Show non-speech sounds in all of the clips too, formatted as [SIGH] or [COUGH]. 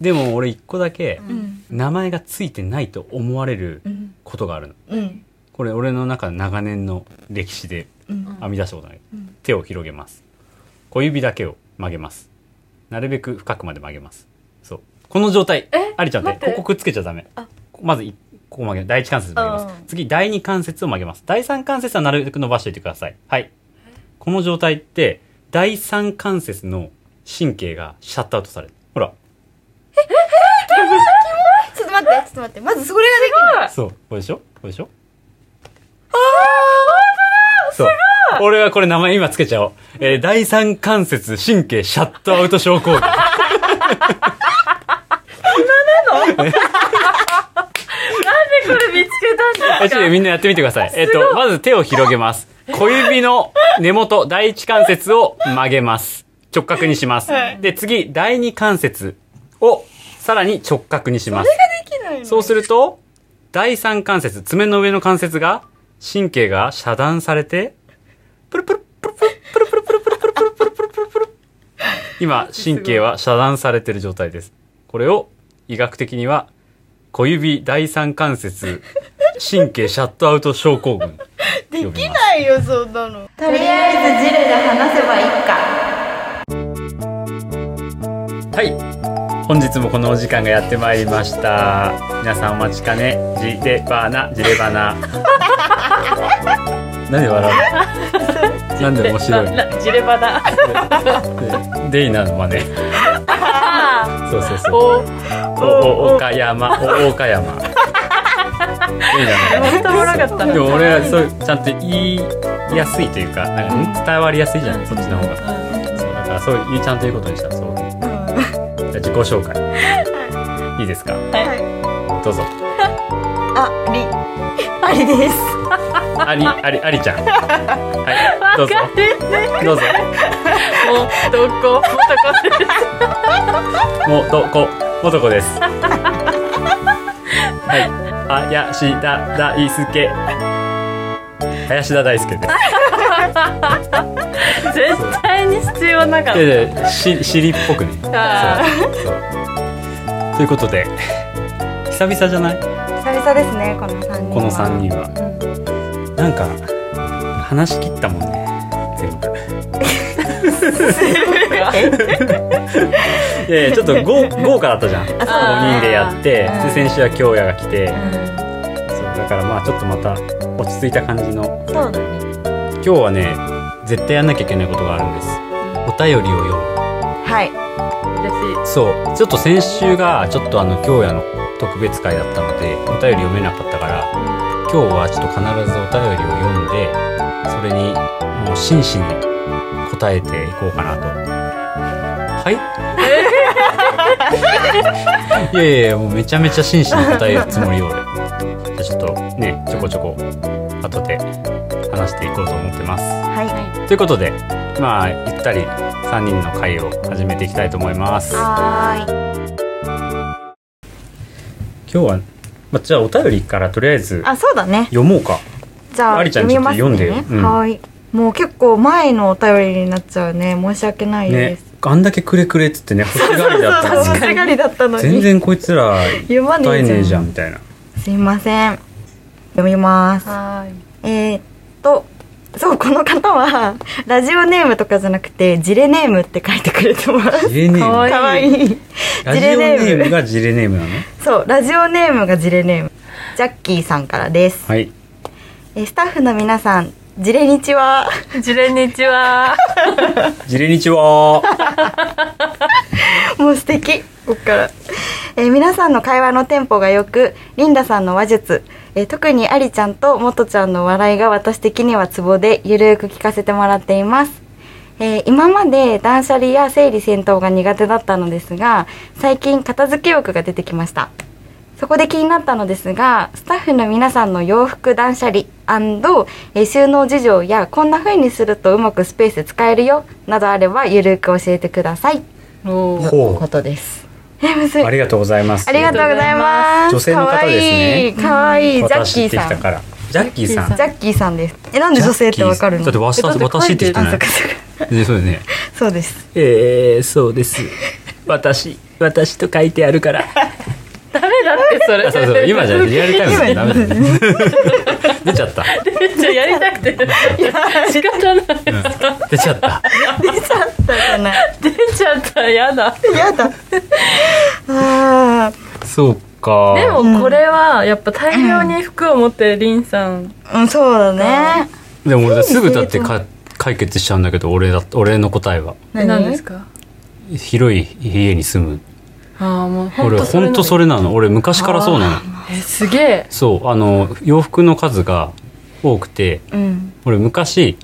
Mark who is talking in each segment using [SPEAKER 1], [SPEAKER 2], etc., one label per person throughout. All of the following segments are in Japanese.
[SPEAKER 1] でも俺一個だけ
[SPEAKER 2] うん
[SPEAKER 1] 名前がついてないと思われる
[SPEAKER 2] うん
[SPEAKER 1] ことがあるの
[SPEAKER 2] うん
[SPEAKER 1] これ俺の中の長年の歴史で
[SPEAKER 2] うん [LAUGHS]
[SPEAKER 1] 編み出したことない、
[SPEAKER 2] うん
[SPEAKER 1] 手を広げます小指だけを曲げますなるべく深くまで曲げますそうこの状態
[SPEAKER 2] え
[SPEAKER 1] ありちゃんって
[SPEAKER 2] 待って
[SPEAKER 1] ここくっつけちゃダメ
[SPEAKER 2] あ
[SPEAKER 1] まずいここ曲げ第一関節曲げま
[SPEAKER 2] う
[SPEAKER 1] す
[SPEAKER 2] ん
[SPEAKER 1] 次第二関節を曲げます第三関節はなるべく伸ばしておいてくださいはいこの状態って第三関節の神経がシャットアウトされるほら
[SPEAKER 3] ちょっと待って、ちょっと待って。まずそれができない。
[SPEAKER 1] そうこれでしょこれでしょああ本当だすごい俺はこれ名前今つけちゃおう、えー第三関節神経シャットアウト症 [LAUGHS] 候群
[SPEAKER 2] これ見つけたんだ
[SPEAKER 1] えちょっとみんなやってみてくださいえっとまず手を広げます小指の根元第一関節を曲げます直角にします、で次第二関節をさらに直角にします
[SPEAKER 3] できないの。
[SPEAKER 1] そうすると、第三関節、爪の上の関節が、神経が遮断されて、プルプルプルプルプルプルプルプルプルプルプルプルプルプル。今、神経は遮断されている状態です。これを、医学的には、小指第三関節、神経シャットアウト症候群。
[SPEAKER 3] できないよ、そんなの。
[SPEAKER 4] とりあえずジレで話せばいいか
[SPEAKER 1] はい本日もこのお時間がやってまいりました皆さんお待ちかねジレバーナジレバナ [LAUGHS] なんで笑うのなんで面白いの
[SPEAKER 2] ななジレバだ
[SPEAKER 1] [LAUGHS] デイナの真似そうそうそうお
[SPEAKER 2] お
[SPEAKER 1] お岡山お岡山デイナの真
[SPEAKER 2] 本当おもろかった
[SPEAKER 1] 似
[SPEAKER 2] な
[SPEAKER 1] でも俺はそうちゃんと言いやすいというかなんかん伝わりやすいじゃないそっちの方がそうだからそういうちゃんということにしたそうじゃあ自己紹介いいですか
[SPEAKER 3] はい。
[SPEAKER 1] どうぞ
[SPEAKER 3] あ、り。ありです。
[SPEAKER 1] あり、あり、ありちゃん。はい、どうぞ。どうぞ。
[SPEAKER 2] もうどこもどこ
[SPEAKER 1] もう、どこ、もとこです。はい。あやしだ大輔。林田大輔です。
[SPEAKER 2] 絶対に必要なかっ
[SPEAKER 1] いやいや、し、尻っぽくね。そう
[SPEAKER 2] あ
[SPEAKER 1] そう。ということで。久々じゃない。
[SPEAKER 4] 久々ですねこの3人は
[SPEAKER 1] この三人は。なんか。話し切ったもんね。全
[SPEAKER 4] [LAUGHS]
[SPEAKER 1] 部。
[SPEAKER 2] た
[SPEAKER 1] いやいやちょっと豪豪華だったじゃん5人でやって
[SPEAKER 4] うん
[SPEAKER 1] で先週は京也が来て、そうだからまあちょっとまた落ち着いた感じの
[SPEAKER 4] そうだね
[SPEAKER 1] 今日はね絶対やんなきゃいけないことがあるんですお便りを読む
[SPEAKER 4] はい
[SPEAKER 2] 嬉
[SPEAKER 1] そうちょっと先週がちょっとあの京也の特別会だったのでお便り読めなかったから今日はちょっと必ずお便りを読んでそれにもう真摯に答えていこうかなとはいいやいやいやもうめちゃめちゃ真摯に答えるつもりよ俺じゃあちょっとねちょこちょこ後で話していこうと思ってます
[SPEAKER 4] はい
[SPEAKER 1] ということでまあゆったり3人の会を始めていきたいと思います今
[SPEAKER 4] はーい
[SPEAKER 1] 日は、まあ、じゃあお便りからとりあえず
[SPEAKER 4] あそうだね
[SPEAKER 1] 読もうか
[SPEAKER 4] じゃあ
[SPEAKER 1] ありちゃん
[SPEAKER 4] 読みますね
[SPEAKER 1] ちょっと読んでようん
[SPEAKER 4] はーいもう結構前のお便りになっちゃうね申し訳ないで
[SPEAKER 1] ね
[SPEAKER 4] す、
[SPEAKER 1] あんだけくれくれっつってね欲しがりだったのに
[SPEAKER 4] 確かがりだったのに
[SPEAKER 1] 全然こいつら
[SPEAKER 4] 読ま
[SPEAKER 1] 答
[SPEAKER 4] ね
[SPEAKER 1] え
[SPEAKER 4] えじゃ
[SPEAKER 1] ね
[SPEAKER 4] ん
[SPEAKER 1] えじゃんみたいな
[SPEAKER 4] すいません読みます
[SPEAKER 2] はい
[SPEAKER 4] えーっとそうこの方は [LAUGHS] ラジオネームとかじゃなくてジレネームって書いてくれてます
[SPEAKER 1] ジレネーム
[SPEAKER 4] か
[SPEAKER 1] か
[SPEAKER 2] わいい
[SPEAKER 4] わいい
[SPEAKER 1] ラジオ
[SPEAKER 4] ジレネ
[SPEAKER 1] ネ
[SPEAKER 4] ーム
[SPEAKER 1] ームがジレネームなの
[SPEAKER 4] そうラジオネームがジレネームジャッキーさんからです、
[SPEAKER 1] はい
[SPEAKER 4] えースタッフの皆さんジレニチは
[SPEAKER 2] ジレニチは
[SPEAKER 1] ジレニチは
[SPEAKER 4] もう素敵こっから、えー皆さんの会話のテンポがよくリンダさんの話術、えー特にアリちゃんとモトちゃんの笑いが私的にはツボでゆるく聞かせてもらっていますえー今まで断捨離や整理戦闘が苦手だったのですが最近片付け欲が出てきましたそこで気になったのですがスタッフの皆さんの洋服断捨離えー収納事情やこんな風にするとうまくスペース使えるよなどあればゆるく教えてください
[SPEAKER 2] お
[SPEAKER 1] ーほう
[SPEAKER 4] ことですえむずい
[SPEAKER 1] あ
[SPEAKER 4] あり
[SPEAKER 1] りがとうございます
[SPEAKER 4] がとうございます
[SPEAKER 1] 女性の方ですね
[SPEAKER 4] かわいいかわいいジャッ
[SPEAKER 1] 私
[SPEAKER 4] キー
[SPEAKER 1] ってき
[SPEAKER 4] さ
[SPEAKER 1] た
[SPEAKER 4] ん
[SPEAKER 1] からジャッキーさん
[SPEAKER 4] ジャッキーさんですえなんで女性ってわかるの
[SPEAKER 1] だってわし
[SPEAKER 2] だって
[SPEAKER 1] 私ってきて
[SPEAKER 4] あ
[SPEAKER 1] な
[SPEAKER 4] そっ
[SPEAKER 1] い
[SPEAKER 4] かそっか
[SPEAKER 1] [LAUGHS] ねそうだよね
[SPEAKER 4] そうです
[SPEAKER 1] えー、そうです。私、私と書いてあるから。
[SPEAKER 2] ダメだってそれ
[SPEAKER 1] あそう
[SPEAKER 2] [LAUGHS]
[SPEAKER 1] そう今じゃリアルタイムじゃダメだね。 [LAUGHS] 出ちゃった。
[SPEAKER 2] めっちゃやりたくて仕方ない
[SPEAKER 1] 出ちゃ
[SPEAKER 5] 出ちゃ
[SPEAKER 1] った。
[SPEAKER 5] ったじゃない
[SPEAKER 2] 出ちゃったらやだ
[SPEAKER 5] やだあ
[SPEAKER 1] そうか。
[SPEAKER 2] でもこれはやっぱ大量に服を持ってるリンさん
[SPEAKER 5] ーうんそうだね
[SPEAKER 1] でも俺だすぐだってか解決しちゃうんだけど俺だ俺の答えは
[SPEAKER 2] 何ですか
[SPEAKER 1] 広い家に住む
[SPEAKER 2] ああもう本
[SPEAKER 1] 俺
[SPEAKER 2] 当それ
[SPEAKER 1] ほんとそれなの俺昔からそうなの
[SPEAKER 2] えすげえ
[SPEAKER 1] そうあの洋服の数が多くて
[SPEAKER 5] うん
[SPEAKER 1] 俺昔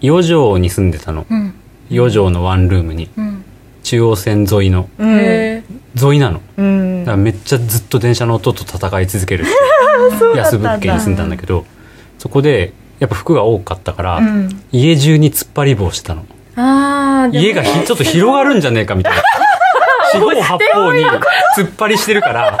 [SPEAKER 1] 4畳に住んでたの
[SPEAKER 2] うん
[SPEAKER 1] 4畳のワンルームに
[SPEAKER 2] うん
[SPEAKER 1] 中央線沿いの
[SPEAKER 5] うん
[SPEAKER 2] へえ
[SPEAKER 1] 沿いなの
[SPEAKER 5] うん
[SPEAKER 1] だからめっちゃずっと電車の音と戦い続ける
[SPEAKER 5] [LAUGHS]
[SPEAKER 1] 安物件に住んだんだけどそこでやっぱ服が多かったから、
[SPEAKER 5] うん
[SPEAKER 1] 家中に突っ張り棒してたの
[SPEAKER 2] ああでも
[SPEAKER 1] 家がひちょっと広がるんじゃねえかみたいな
[SPEAKER 5] [LAUGHS]
[SPEAKER 1] 四方八方に突っ張りしてるから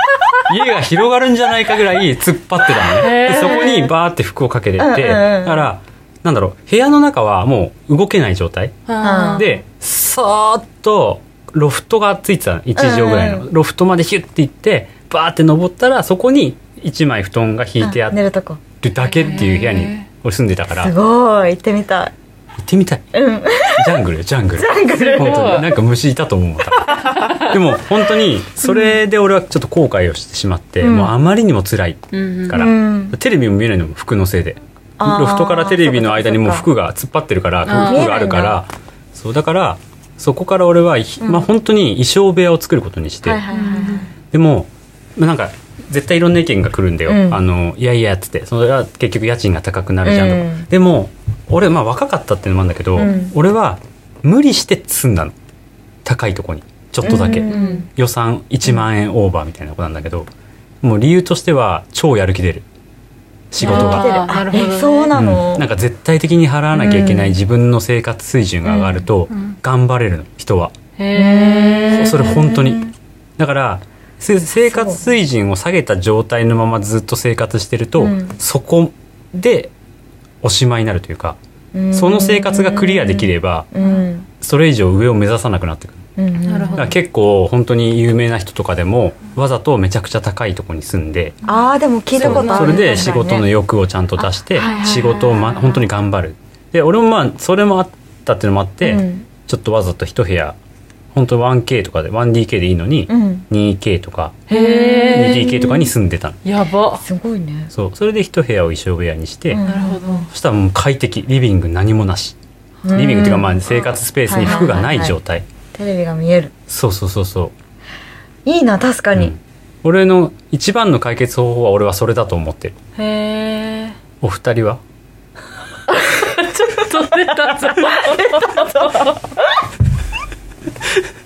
[SPEAKER 1] 家が広がるんじゃないかぐらい突っ張ってたのね
[SPEAKER 2] へー
[SPEAKER 1] でそこにバーって服をかけてって
[SPEAKER 5] うんうんうん
[SPEAKER 1] だからなんだろう部屋の中はもう動けない状態
[SPEAKER 2] あー
[SPEAKER 1] でそーっとロフトがついてたの1畳ぐらいの、
[SPEAKER 5] うん
[SPEAKER 1] ロフトまでヒュッて行ってバーって登ったらそこに1枚布団が引いてあ
[SPEAKER 5] 寝
[SPEAKER 1] る
[SPEAKER 5] るとこ
[SPEAKER 1] だけっていう部屋に
[SPEAKER 2] へー
[SPEAKER 1] 俺住んでたから
[SPEAKER 5] す
[SPEAKER 1] 行
[SPEAKER 5] ごい行ってみたい
[SPEAKER 1] ってみたい
[SPEAKER 5] うん
[SPEAKER 1] ジャングルよジャングル
[SPEAKER 5] なんかそれ
[SPEAKER 1] 本
[SPEAKER 2] す
[SPEAKER 1] 当
[SPEAKER 2] ご
[SPEAKER 1] に
[SPEAKER 2] い
[SPEAKER 1] なんか虫いたと思う多分でも本当にそれで俺はちょっと後悔をしてしまって、
[SPEAKER 5] うん
[SPEAKER 1] もうあまりにも辛い
[SPEAKER 2] うんうん
[SPEAKER 1] から、
[SPEAKER 5] うん
[SPEAKER 1] テレビも見えないのも服のせいで
[SPEAKER 5] あー
[SPEAKER 1] ロフトからテレビの間にもう服が突っ張ってるから
[SPEAKER 2] あー
[SPEAKER 1] 服があるからそうだからそこから俺は、ひまあ、本当に衣装部屋を作ることにして、
[SPEAKER 5] はいはいはいはい
[SPEAKER 1] でもまあなんか絶対いろんな意見が来るんだよ、
[SPEAKER 5] うん
[SPEAKER 1] あのいやいやっつってそれは結局家賃が高くなるじゃんとか、
[SPEAKER 5] うん
[SPEAKER 1] でも俺まあ若かったっていうのもあるんだけど、
[SPEAKER 5] うん
[SPEAKER 1] 俺は無理して積んだの高いとこにちょっとだけ、
[SPEAKER 5] うん
[SPEAKER 2] うん
[SPEAKER 1] 予算1万円オーバーみたいなことなんだけどもう理由としては超やる気出る仕事
[SPEAKER 2] あ
[SPEAKER 1] が
[SPEAKER 2] ー。なるほどね
[SPEAKER 5] えそうなの、
[SPEAKER 1] うんなんか絶対的に払わなきゃいけない
[SPEAKER 5] うん
[SPEAKER 1] 自分の生活水準が上がると
[SPEAKER 2] うん
[SPEAKER 1] 頑張れるの人は、
[SPEAKER 2] へえ
[SPEAKER 1] それ本当にだからせ生活水準を下げた状態のままずっと生活してると、
[SPEAKER 5] うん
[SPEAKER 1] そこでおしまいになるというか、
[SPEAKER 5] うん
[SPEAKER 1] その生活がクリアできれば
[SPEAKER 5] うん
[SPEAKER 1] それ以上上を目指さなくなってくる
[SPEAKER 5] うん
[SPEAKER 2] な
[SPEAKER 1] だ
[SPEAKER 2] るほ
[SPEAKER 1] か
[SPEAKER 2] ど
[SPEAKER 1] ら結構本当に有名な人とかでもわざとめちゃくちゃ高いとこに住んで
[SPEAKER 5] ああでも聞いたことあ
[SPEAKER 1] そ
[SPEAKER 5] る
[SPEAKER 1] れで仕事の欲をちゃんと出して仕事を、ま、本当に頑張るで俺もまあそれもあったっていうのもあって、
[SPEAKER 5] うん
[SPEAKER 1] ちょっとわざと一部屋本当 1K とかで 1DK でいいのに、
[SPEAKER 5] うん
[SPEAKER 1] 2K とか
[SPEAKER 2] へえ
[SPEAKER 1] 2DK とかに住んでたの
[SPEAKER 2] やば
[SPEAKER 5] すごいね
[SPEAKER 1] そうそれで一部屋を衣装部屋にして、
[SPEAKER 5] うん
[SPEAKER 2] なるほど
[SPEAKER 1] そしたらもう快適リビング何もなしリビングっていうかまあ生活スペースに服がない状態、
[SPEAKER 5] テレビが見える
[SPEAKER 1] そうそうそうそう
[SPEAKER 5] いいな確か
[SPEAKER 1] う
[SPEAKER 5] に
[SPEAKER 1] ん、俺の一番の解決方法は俺はそれだと思ってる
[SPEAKER 2] へえ
[SPEAKER 1] お二人は [LAUGHS]
[SPEAKER 2] 取れたぞ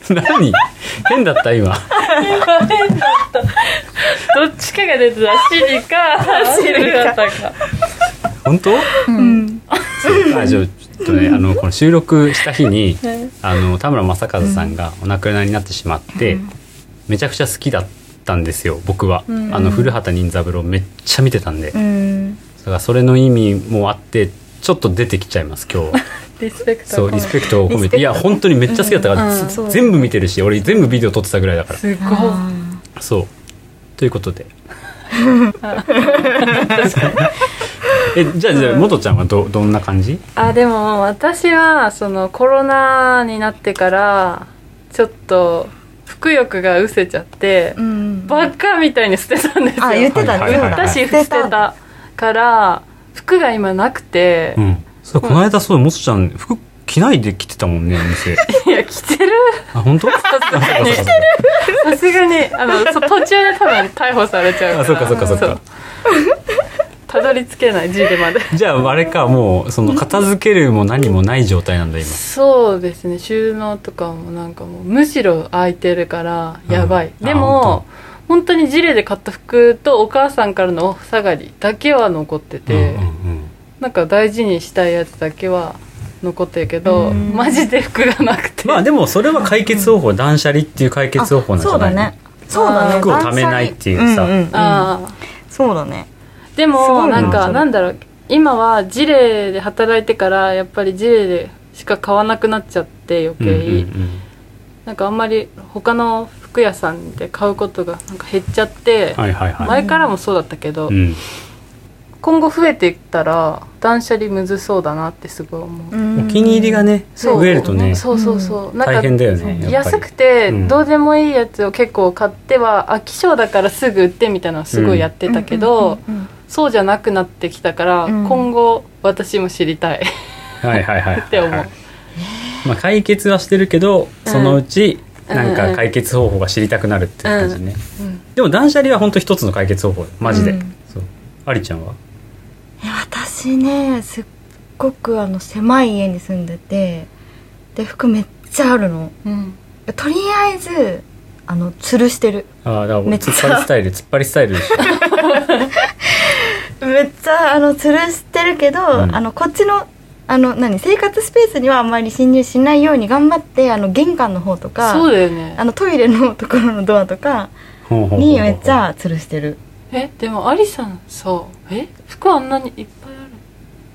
[SPEAKER 1] 何変だった今
[SPEAKER 2] 今変だったどっちかが出てたシリかシリだったか
[SPEAKER 1] 本当そうあじゃあちょっとねあのこの収録した日にあの田村正和さんがお亡くなりになってしまって、めちゃくちゃ好きだったんですよ僕は、
[SPEAKER 2] うん
[SPEAKER 1] あの古畑任三郎めっちゃ見てたんで、だ
[SPEAKER 5] うん
[SPEAKER 1] からそれの意味もあってちょっと出てきちゃいます今日は
[SPEAKER 2] リスペクト
[SPEAKER 1] そうリスペクトを込めていや本当にめっちゃ好きだったから、
[SPEAKER 2] うんうん
[SPEAKER 5] そう
[SPEAKER 1] 全部見てるし俺全部ビデオ撮ってたぐらいだから
[SPEAKER 2] すごい
[SPEAKER 1] そうということでえじゃあじゃあ元ちゃんはどどんな感じ
[SPEAKER 2] あでも私はそのコロナになってからちょっと服欲が失せちゃって、
[SPEAKER 5] うん
[SPEAKER 2] バカみたいに捨てたんですよ
[SPEAKER 5] あ言ってた
[SPEAKER 1] はい
[SPEAKER 5] ね
[SPEAKER 1] はいはい
[SPEAKER 2] 私服捨てたから服が今なくて
[SPEAKER 1] う、んそうこの間そう元ちゃん服着ないで着てたもんねお店
[SPEAKER 2] いや着てる
[SPEAKER 1] あ本当あそうかそうか
[SPEAKER 2] さすがにあのそ途中で多分逮捕されちゃうから
[SPEAKER 1] あそうかそうかそうか
[SPEAKER 2] たどり着けないジールまで
[SPEAKER 1] じゃああれかもうその片付けるも何もない状態なんだ今
[SPEAKER 2] そうですね収納とかもなんかもうむしろ空いてるからやばい、
[SPEAKER 1] うん
[SPEAKER 2] で
[SPEAKER 1] あ
[SPEAKER 2] も本当にジレで買った服とお母さんからのお下がりだけは残ってて、
[SPEAKER 1] うんうん
[SPEAKER 2] なんか大事にしたいやつだけは残ってるけど、
[SPEAKER 5] うん
[SPEAKER 2] マジで服がなくて、
[SPEAKER 1] まあでもそれは解決方法断捨離っていう解決方法なんじ
[SPEAKER 5] そ
[SPEAKER 1] ゃない
[SPEAKER 5] うだねそうだね
[SPEAKER 1] 服を貯めないっていうさ
[SPEAKER 5] んんん
[SPEAKER 2] ああ
[SPEAKER 5] そうだね
[SPEAKER 2] です
[SPEAKER 5] ご
[SPEAKER 2] も
[SPEAKER 5] いな
[SPEAKER 2] なん
[SPEAKER 1] そ
[SPEAKER 2] か
[SPEAKER 1] れ
[SPEAKER 2] なんだろう今はジレで働いてからやっぱりジレでしか買わなくなっちゃって余
[SPEAKER 1] うんうん
[SPEAKER 2] 計、なんかあんまり他の服屋さんで買うことがなんか減っちゃって、
[SPEAKER 1] はいはいはい。
[SPEAKER 2] 前からもそうだったけど、
[SPEAKER 1] うん。
[SPEAKER 2] 今後増えていったら断捨離むずそうだなってすごい思う、
[SPEAKER 1] お気に入りがね、
[SPEAKER 2] そう
[SPEAKER 1] 増えるとね、
[SPEAKER 2] そうそうそう、なんか
[SPEAKER 1] 大変だよね。やっぱり
[SPEAKER 2] 安くて
[SPEAKER 1] うん
[SPEAKER 2] どうでもいいやつを結構買っては飽き性だからすぐ売ってみたいなのすごいやってたけど、そうじゃなくなってきたから、
[SPEAKER 4] うん
[SPEAKER 2] 今後私も知りたい
[SPEAKER 1] はいはいはい。
[SPEAKER 2] って思う
[SPEAKER 1] はいまあ解決はしてるけど、そのうち、なんか解決方法が知りたくなるっていう感じね。
[SPEAKER 2] うん
[SPEAKER 1] でも断捨離は本当一つの解決方法よマジで、
[SPEAKER 4] うん
[SPEAKER 1] そうありちゃんは
[SPEAKER 4] 私ねすっごくあの狭い家に住んでてで服めっちゃあるの
[SPEAKER 2] うん
[SPEAKER 4] とりあえずあの吊るしてる
[SPEAKER 1] ああだから
[SPEAKER 4] めっち
[SPEAKER 1] 突
[SPEAKER 4] ゃ
[SPEAKER 1] っ張りスタイル突っ張りスタイルでし
[SPEAKER 4] [LAUGHS]
[SPEAKER 1] ょ
[SPEAKER 4] めっちゃあの吊るしてるけど、
[SPEAKER 1] うん
[SPEAKER 4] あのこっちのあの何生活スペースにはあんまり侵入しないように頑張ってあの玄関の方とか
[SPEAKER 2] そうだよね
[SPEAKER 4] あのトイレのところのドアとか
[SPEAKER 1] ほうほうほうほう
[SPEAKER 4] にめっちゃ吊るしてる
[SPEAKER 2] えでもアリさんそうえ服あんなにいっぱいある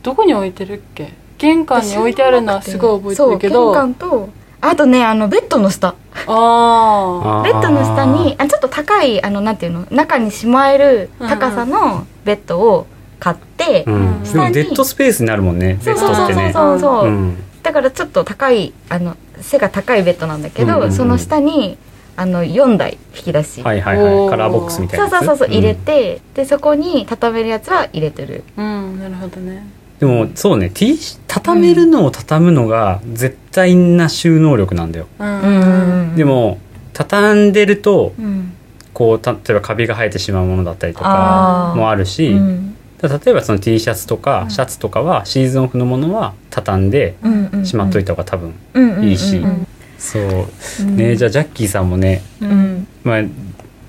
[SPEAKER 2] どこに置いてるっけ玄関に置いてあるのはすごい覚えてるけど
[SPEAKER 4] そう
[SPEAKER 2] あ
[SPEAKER 4] 玄関とあとねあのベッドの下
[SPEAKER 2] あ
[SPEAKER 1] あー
[SPEAKER 4] ベッドの下にあちょっと高いあのなんていうの中にしまえる高さのベッドを買って、
[SPEAKER 1] うん、で
[SPEAKER 4] 下
[SPEAKER 1] も
[SPEAKER 4] に
[SPEAKER 1] デッドスペースになるもんねベ
[SPEAKER 4] そう
[SPEAKER 1] ッ
[SPEAKER 4] そ
[SPEAKER 1] ド
[SPEAKER 4] う
[SPEAKER 1] っ
[SPEAKER 4] そ
[SPEAKER 1] て
[SPEAKER 4] う
[SPEAKER 1] ね
[SPEAKER 4] そうそう、
[SPEAKER 1] うん
[SPEAKER 4] だからちょっと高いあの背が高いベッドなんだけど、
[SPEAKER 1] うんうんうん
[SPEAKER 4] その下にあの4台引き出し、
[SPEAKER 1] はいはいはい
[SPEAKER 2] おー
[SPEAKER 1] カラーボックスみたいな
[SPEAKER 4] そう
[SPEAKER 1] やつ
[SPEAKER 4] そうそうそう、入れ
[SPEAKER 1] ん
[SPEAKER 4] てでそこに畳めるやつは入れてる
[SPEAKER 2] うんなるほどね
[SPEAKER 1] でもそうね T 畳めるのを畳むのが絶対な収納力なんだよ、
[SPEAKER 2] うん
[SPEAKER 1] でも畳んでると
[SPEAKER 4] うん
[SPEAKER 1] こうた例えばカビが生えてしまうものだったりとか
[SPEAKER 4] あー
[SPEAKER 1] もあるし、
[SPEAKER 4] うん
[SPEAKER 1] だから例えばその T シャツとかシャツとかはシーズンオフのものは畳んで
[SPEAKER 4] うんうん
[SPEAKER 1] しまっといた方が多分
[SPEAKER 4] うん
[SPEAKER 1] いいし
[SPEAKER 4] うんうん
[SPEAKER 1] そう
[SPEAKER 4] うん
[SPEAKER 1] ねじゃあジャッキーさんもね、
[SPEAKER 4] うん
[SPEAKER 1] まあ、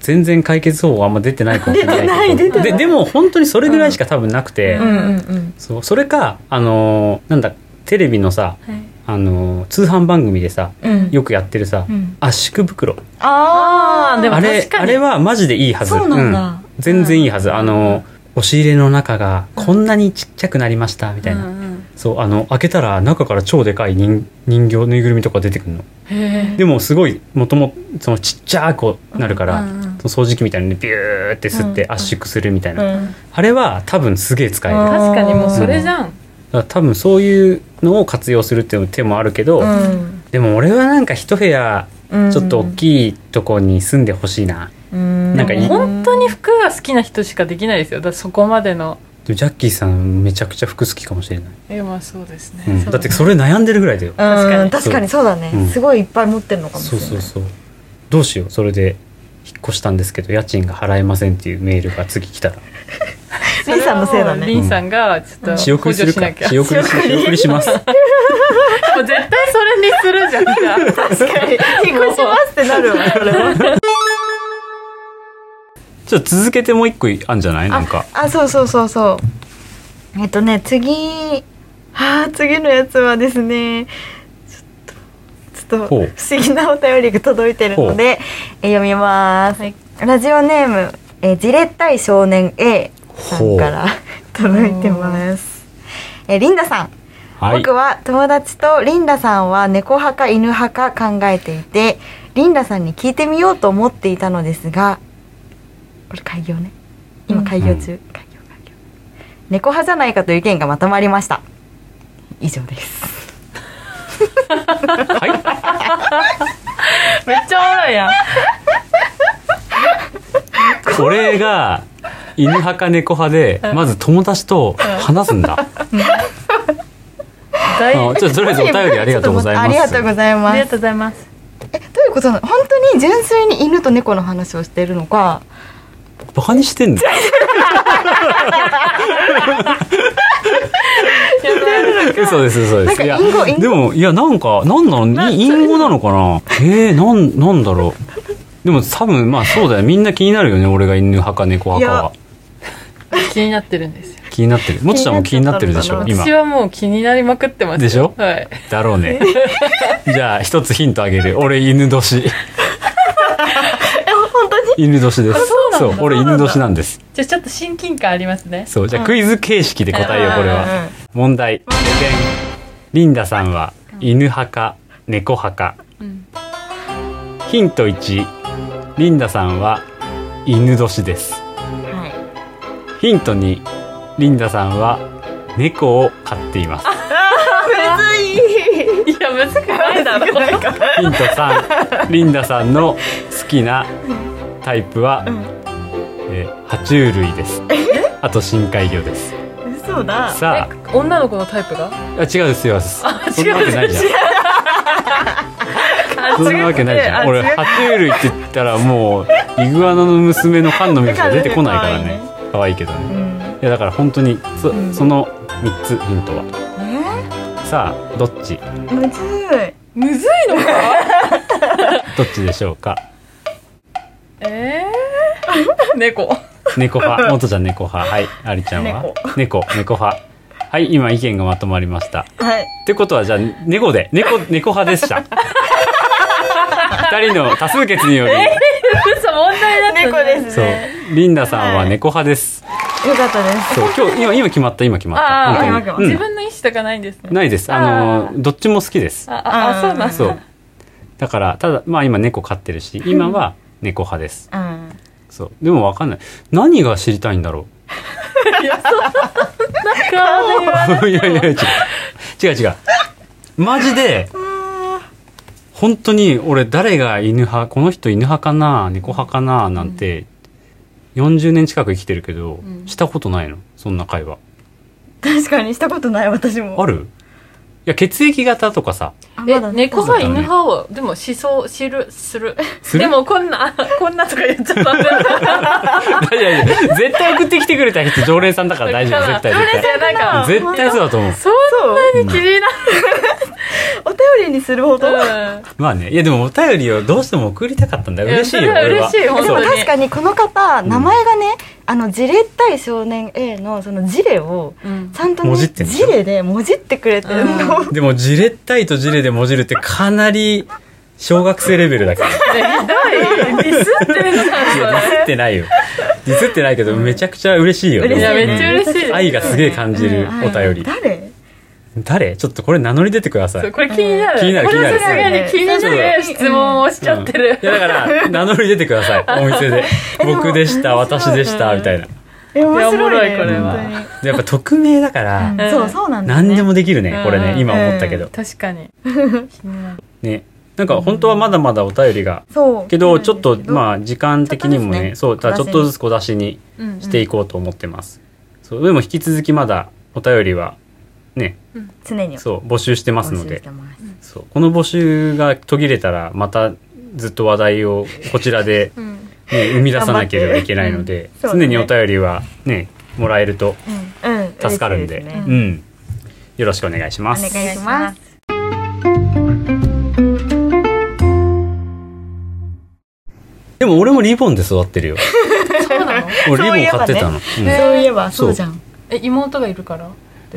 [SPEAKER 1] 全然解決方法あんま出てないかもしれないけど
[SPEAKER 4] [LAUGHS] 出てない出てない
[SPEAKER 1] ででも本当にそれぐらいしか多分なくて、
[SPEAKER 4] うんうんうん
[SPEAKER 1] そうそれかあのーなんだテレビのさ、
[SPEAKER 2] はい
[SPEAKER 1] あのー通販番組でさ
[SPEAKER 4] うん
[SPEAKER 1] よくやってるさ、
[SPEAKER 4] うん
[SPEAKER 1] 圧縮袋
[SPEAKER 4] ああ
[SPEAKER 2] でも
[SPEAKER 1] あれ
[SPEAKER 2] 確かに
[SPEAKER 1] あれはマジでいいはず
[SPEAKER 4] そうなんだ
[SPEAKER 1] うん全然いいはず、あのー押し入れの中がこんなにちっちゃくなりましたみたいな、
[SPEAKER 2] うんうん
[SPEAKER 1] そうあの開けたら中から超でかい人人形ぬいぐるみとか出てくるの
[SPEAKER 2] へえ
[SPEAKER 1] でもすごいもともそのちっちゃくなるから、
[SPEAKER 2] うんうん
[SPEAKER 1] その掃除機みたいなのでビューって吸って
[SPEAKER 4] うん
[SPEAKER 1] 圧縮するみたいな、
[SPEAKER 4] うん
[SPEAKER 1] あれは多分すげえ使える、
[SPEAKER 4] うん
[SPEAKER 1] だか
[SPEAKER 2] 確かにもうそれじゃん
[SPEAKER 1] ら多分そういうのを活用するっていう手もあるけど、
[SPEAKER 4] うん
[SPEAKER 1] でも俺はなんか一部屋
[SPEAKER 4] うん
[SPEAKER 1] ちょっと大きいとこに住んでほしいな、
[SPEAKER 4] うん
[SPEAKER 1] なんかいい
[SPEAKER 2] 本当に服が好きな人しかできないですよだからそこまでの
[SPEAKER 1] でもジャッキーさんめちゃくちゃ服好きかもしれない、
[SPEAKER 2] えまあそうですね、
[SPEAKER 1] うん
[SPEAKER 2] そう
[SPEAKER 1] だってそれ悩んでるぐらいだよ、
[SPEAKER 4] 確
[SPEAKER 2] かに
[SPEAKER 4] 確かにそうだね、
[SPEAKER 1] うん
[SPEAKER 4] すごいいっぱい持ってるのかもし
[SPEAKER 1] そ
[SPEAKER 4] れ
[SPEAKER 1] う
[SPEAKER 4] ない
[SPEAKER 1] そうそうどうしようそれで引っ越したんですけど家賃が払えませんっていうメールが次来たら
[SPEAKER 2] それはもう
[SPEAKER 4] リンさんのせいだね
[SPEAKER 2] リンさんがちょっ
[SPEAKER 1] 仕送
[SPEAKER 2] と補
[SPEAKER 1] りす
[SPEAKER 2] 助
[SPEAKER 1] るか
[SPEAKER 2] しなきゃ
[SPEAKER 1] 仕送り
[SPEAKER 2] [LAUGHS]
[SPEAKER 1] し仕送りします
[SPEAKER 2] もう絶対それにするじゃんじゃあ
[SPEAKER 4] [LAUGHS] 引っ越しますってなる
[SPEAKER 1] [LAUGHS]
[SPEAKER 4] わこれは
[SPEAKER 1] ちょっと続けてもう一個あんじゃないなんか。
[SPEAKER 4] あそうそうそうそうえっとね次あー次のやつはですねちょっとち
[SPEAKER 1] ほ
[SPEAKER 4] ょっ
[SPEAKER 1] う
[SPEAKER 4] と不思議なお便りが届いてるのでえ読みます、
[SPEAKER 2] はい
[SPEAKER 4] ラジオネームえじれったい少年 A さんから [LAUGHS] 届いてますえリンダさん
[SPEAKER 1] はい。
[SPEAKER 4] 僕は友達とリンダさんは猫派か犬派か考えていてリンダさんに聞いてみようと思っていたのですがこれ開業ね今開業中、開業開業猫派じゃないかという意見がまとまりました以上です
[SPEAKER 1] はい。
[SPEAKER 2] めっちゃおもろいやん
[SPEAKER 1] これが、犬派か猫派で、まず友達と話すんだ。
[SPEAKER 2] 大
[SPEAKER 1] あのちょっととりあえずお便りありがとうございます。
[SPEAKER 4] ありがとうございま
[SPEAKER 2] あ
[SPEAKER 4] す
[SPEAKER 2] りがとうございます
[SPEAKER 4] えどういうことなの本当に純粋に犬と猫の話をしてるのか
[SPEAKER 1] バカにしてんの [LAUGHS] 嘘です、嘘です。いや
[SPEAKER 4] なんか隠語隠語
[SPEAKER 1] でも、いや、なんか、なんだろう、い隠語なのかなえー、なん、なんだろう。でも多分、まあそうだよ。みんな気になるよね。俺が犬派か猫派かは。
[SPEAKER 2] 気になってるんですよ
[SPEAKER 1] 気になってる。もちちゃんも気になってるでしょ、
[SPEAKER 4] 気に
[SPEAKER 1] 今
[SPEAKER 4] な
[SPEAKER 2] 私。はもう気になりまくってます
[SPEAKER 1] でしょ
[SPEAKER 2] はい
[SPEAKER 1] だろうね。じゃあ、一つヒントあげる。俺、犬年。犬年です。
[SPEAKER 2] そうなんだ
[SPEAKER 1] 俺、犬年なんです。
[SPEAKER 2] じゃあちょっと親近感ありますね
[SPEAKER 1] そう。じゃあ、クイズ形式で答えよう、これ
[SPEAKER 4] うんうんう
[SPEAKER 1] は
[SPEAKER 4] ん。
[SPEAKER 1] 問題。リンダさんは、犬派か、猫派か。
[SPEAKER 2] うん
[SPEAKER 1] ヒント1、リンダさんは犬年です
[SPEAKER 4] は
[SPEAKER 1] ヒントにリンダさんは猫を飼っています
[SPEAKER 2] いや難しくないだろ
[SPEAKER 1] ヒント3 [LAUGHS] リンダさんの好きなタイプは、えー爬虫類ですあと深海魚です
[SPEAKER 4] い。 [LAUGHS] 嘘だ。
[SPEAKER 1] さあ
[SPEAKER 2] え女の子のタイプが
[SPEAKER 1] あ違うですよそんなわけないじゃんそんなわけないじゃん俺爬虫類って言ったらもうイグアナの娘の缶の水しか出てこないからね可愛いけどね
[SPEAKER 4] うん。
[SPEAKER 1] いやだから本当にそ,、その3つヒントは
[SPEAKER 4] え
[SPEAKER 1] さあどっち
[SPEAKER 4] ー、むずい。
[SPEAKER 2] むずいのか
[SPEAKER 1] どっちでしょうか
[SPEAKER 2] えー、 [LAUGHS] 猫
[SPEAKER 1] 猫 [LAUGHS] 派元ちゃん猫派はいありちゃんは猫猫派はい今意見がまとまりました
[SPEAKER 4] はい。
[SPEAKER 1] ってことはじゃあ猫で猫猫派でした二人の多数決により、
[SPEAKER 2] 嘘問題 [LAUGHS] だったね
[SPEAKER 4] 猫です
[SPEAKER 1] そう
[SPEAKER 4] ね。
[SPEAKER 1] リンダさんは猫派です、
[SPEAKER 4] よかったです。
[SPEAKER 1] そう今日今今決まった今決まった
[SPEAKER 2] あー
[SPEAKER 1] 本当に
[SPEAKER 2] 自分の意思とかないんです
[SPEAKER 1] う
[SPEAKER 2] ね
[SPEAKER 1] ん、ないですあのーどっちも好きです
[SPEAKER 2] あああそうなんだ
[SPEAKER 1] そうだからただまあ今猫飼ってるし今は猫派です
[SPEAKER 4] うん。
[SPEAKER 1] そうでもわかんない何が知りたいんだろう
[SPEAKER 2] なん
[SPEAKER 1] [LAUGHS]
[SPEAKER 2] か
[SPEAKER 1] いやいや違う違う違うマジで本当に俺誰が犬派この人犬派かな猫派かななんて、40年近く生きてるけど、
[SPEAKER 2] うん
[SPEAKER 1] したことないのそんな会話
[SPEAKER 4] 確かにしたことない私も。
[SPEAKER 1] あるいや血液型とかさ [LAUGHS]
[SPEAKER 4] あ
[SPEAKER 2] え
[SPEAKER 4] まだ
[SPEAKER 2] 猫派
[SPEAKER 1] そうだね
[SPEAKER 2] 犬派をでも思想知るする
[SPEAKER 1] する
[SPEAKER 2] でもこんなあこんなとか言っちゃった
[SPEAKER 1] いやいや絶対送ってきてくれた人常連さんだから大丈夫絶対絶対
[SPEAKER 2] いやなんか
[SPEAKER 1] 絶対そうだと思う
[SPEAKER 2] そんなに気にな
[SPEAKER 4] お便りにするほど。で
[SPEAKER 2] る
[SPEAKER 1] まあねいやでもお便りをどうしても送りたかったんだよ
[SPEAKER 2] いや
[SPEAKER 1] 嬉しいよ
[SPEAKER 2] それは
[SPEAKER 1] 俺は
[SPEAKER 2] 嬉しい本
[SPEAKER 4] も
[SPEAKER 2] 当に
[SPEAKER 4] 確かにこの方、
[SPEAKER 1] ん
[SPEAKER 4] 名前がね、あの、ジレ対少年 A のそのジレを、
[SPEAKER 2] うん
[SPEAKER 4] ちゃんと
[SPEAKER 1] も
[SPEAKER 4] ね、
[SPEAKER 1] じってんでし
[SPEAKER 4] ジ
[SPEAKER 1] ょ
[SPEAKER 4] レでもじってくれてるの。
[SPEAKER 1] でも、じれったいとじれでもじるってかなり小学生レベルだから。
[SPEAKER 2] ねひどいディスってるじゃん
[SPEAKER 1] い
[SPEAKER 2] そ
[SPEAKER 1] や、ディスってないよ。ディスってないけど、めちゃくちゃ嬉しいよね。
[SPEAKER 2] れいやめっちゃ嬉しい
[SPEAKER 1] 愛がすげえ感じるお便り。
[SPEAKER 4] 誰
[SPEAKER 1] 誰ちょっとこれ名乗り出てくださ
[SPEAKER 2] そう
[SPEAKER 1] い。
[SPEAKER 2] これ気になる
[SPEAKER 1] 気になる
[SPEAKER 2] これは
[SPEAKER 1] 気に
[SPEAKER 2] さす
[SPEAKER 1] な
[SPEAKER 2] が
[SPEAKER 4] る
[SPEAKER 2] に気になる質問をしちゃってる、
[SPEAKER 1] いや、だから、名乗り出てください。お店 [LAUGHS] で。僕でした、私でした、みたいな。
[SPEAKER 4] え、面
[SPEAKER 2] い
[SPEAKER 4] 白いね。
[SPEAKER 2] やおもろいこれは
[SPEAKER 4] 本当に
[SPEAKER 1] でやっぱ匿名だから、
[SPEAKER 2] うん
[SPEAKER 4] そう、そうなんだ、ね。
[SPEAKER 1] 何でもできるね、これ
[SPEAKER 2] う
[SPEAKER 1] ね。
[SPEAKER 2] ん
[SPEAKER 1] 今思ったけど。
[SPEAKER 2] 確かに気になる
[SPEAKER 1] ね。なんか、本当はまだまだお便りが。
[SPEAKER 4] そう。
[SPEAKER 1] けど、ちょっと、ま
[SPEAKER 4] あ、
[SPEAKER 1] あ、時間的にも
[SPEAKER 4] ちょっとです
[SPEAKER 1] ね、
[SPEAKER 4] ね
[SPEAKER 1] そう、だからちょっとずつ小出しに。
[SPEAKER 2] うん
[SPEAKER 1] していこうと思ってます。そうでも引き続きまだお便りはね、
[SPEAKER 4] 常に。
[SPEAKER 1] そう募集してますの
[SPEAKER 4] 募集
[SPEAKER 1] で
[SPEAKER 4] して、ます
[SPEAKER 1] そうこの募集が途切れたらまたずっと話題をこちらで、
[SPEAKER 2] うん
[SPEAKER 4] [LAUGHS]
[SPEAKER 1] ね、生み出さなければいけないので、
[SPEAKER 4] 頑張ってうんそうだね
[SPEAKER 1] 常にお便りはねもらえると
[SPEAKER 4] うん、
[SPEAKER 1] 助かるんで、
[SPEAKER 4] 嬉しいす
[SPEAKER 1] う
[SPEAKER 4] ね
[SPEAKER 1] ん、よろしくお願いしま
[SPEAKER 4] お
[SPEAKER 1] す。
[SPEAKER 4] 願いします。
[SPEAKER 1] でも俺もリボンで育ってる
[SPEAKER 4] [LAUGHS]
[SPEAKER 1] よ。
[SPEAKER 2] そうなの
[SPEAKER 1] 俺リボン買ってたの。うん
[SPEAKER 2] ね
[SPEAKER 4] そういえば、
[SPEAKER 1] そう
[SPEAKER 4] そうじゃん。
[SPEAKER 2] え妹がいるから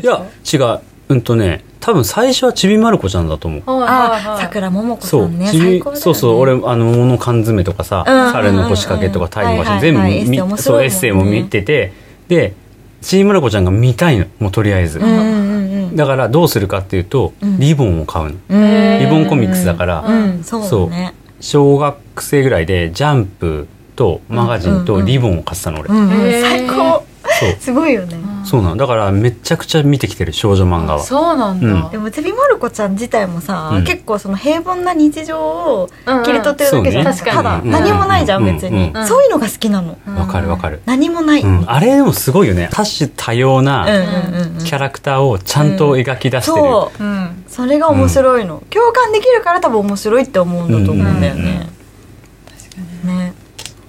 [SPEAKER 1] いや違ううんとね多分最初はちびまる子ちゃんだと思う。
[SPEAKER 2] あ
[SPEAKER 4] あ、桜ももこさ
[SPEAKER 1] そうん
[SPEAKER 4] ね。
[SPEAKER 1] ちび
[SPEAKER 4] 最高だよね
[SPEAKER 1] そうそう俺あの物缶詰とかさ、
[SPEAKER 4] うんうんうん
[SPEAKER 1] 猿の腰掛けとかタイムマシン、
[SPEAKER 4] はいはいはい
[SPEAKER 1] 全部
[SPEAKER 4] エッセイ面
[SPEAKER 1] 見
[SPEAKER 4] 白い
[SPEAKER 1] そ
[SPEAKER 4] もん
[SPEAKER 1] う
[SPEAKER 4] ね
[SPEAKER 1] エッセイも見ててでチームラコちゃんが見たいのもうとりあえず、
[SPEAKER 4] うんうんうん
[SPEAKER 1] だからどうするかっていうと、
[SPEAKER 4] うん
[SPEAKER 1] リボンを買うの
[SPEAKER 4] うん。
[SPEAKER 1] リボンコミックスだから
[SPEAKER 4] うん、そうだね。
[SPEAKER 1] 小学生ぐらいでジャンプとマガジン
[SPEAKER 4] うん
[SPEAKER 1] と
[SPEAKER 4] うん
[SPEAKER 1] リボンを買ってたの俺、
[SPEAKER 4] うんうん
[SPEAKER 2] へー
[SPEAKER 4] 最高。
[SPEAKER 1] そう
[SPEAKER 4] すごいよね。
[SPEAKER 1] そうなのだからめちゃくちゃ見てきてる少女漫画は
[SPEAKER 2] そうなんだ、
[SPEAKER 1] うん
[SPEAKER 4] でもちびまる子ちゃん自体もさ、
[SPEAKER 1] うん
[SPEAKER 4] 結構その平凡な日常を
[SPEAKER 2] うんうん
[SPEAKER 4] 切り取ってるだけじゃん、
[SPEAKER 2] そうね
[SPEAKER 4] ただ、
[SPEAKER 1] 確かに
[SPEAKER 4] 何もないじゃん
[SPEAKER 1] うん
[SPEAKER 4] 別に、
[SPEAKER 1] うん
[SPEAKER 2] うん
[SPEAKER 4] そういうのが好きなの、
[SPEAKER 2] うん
[SPEAKER 1] わ、かるわかる、
[SPEAKER 4] 何もない、
[SPEAKER 1] う
[SPEAKER 4] うん
[SPEAKER 1] ん、あれでもすごいよね多種多様
[SPEAKER 4] うん
[SPEAKER 1] な
[SPEAKER 4] うんうん
[SPEAKER 1] キャラクターをちゃんと描き出してる、
[SPEAKER 4] そう
[SPEAKER 2] うん
[SPEAKER 4] それが面白いの、共感できるから多分面白いって思うんだと思うんだよね、ね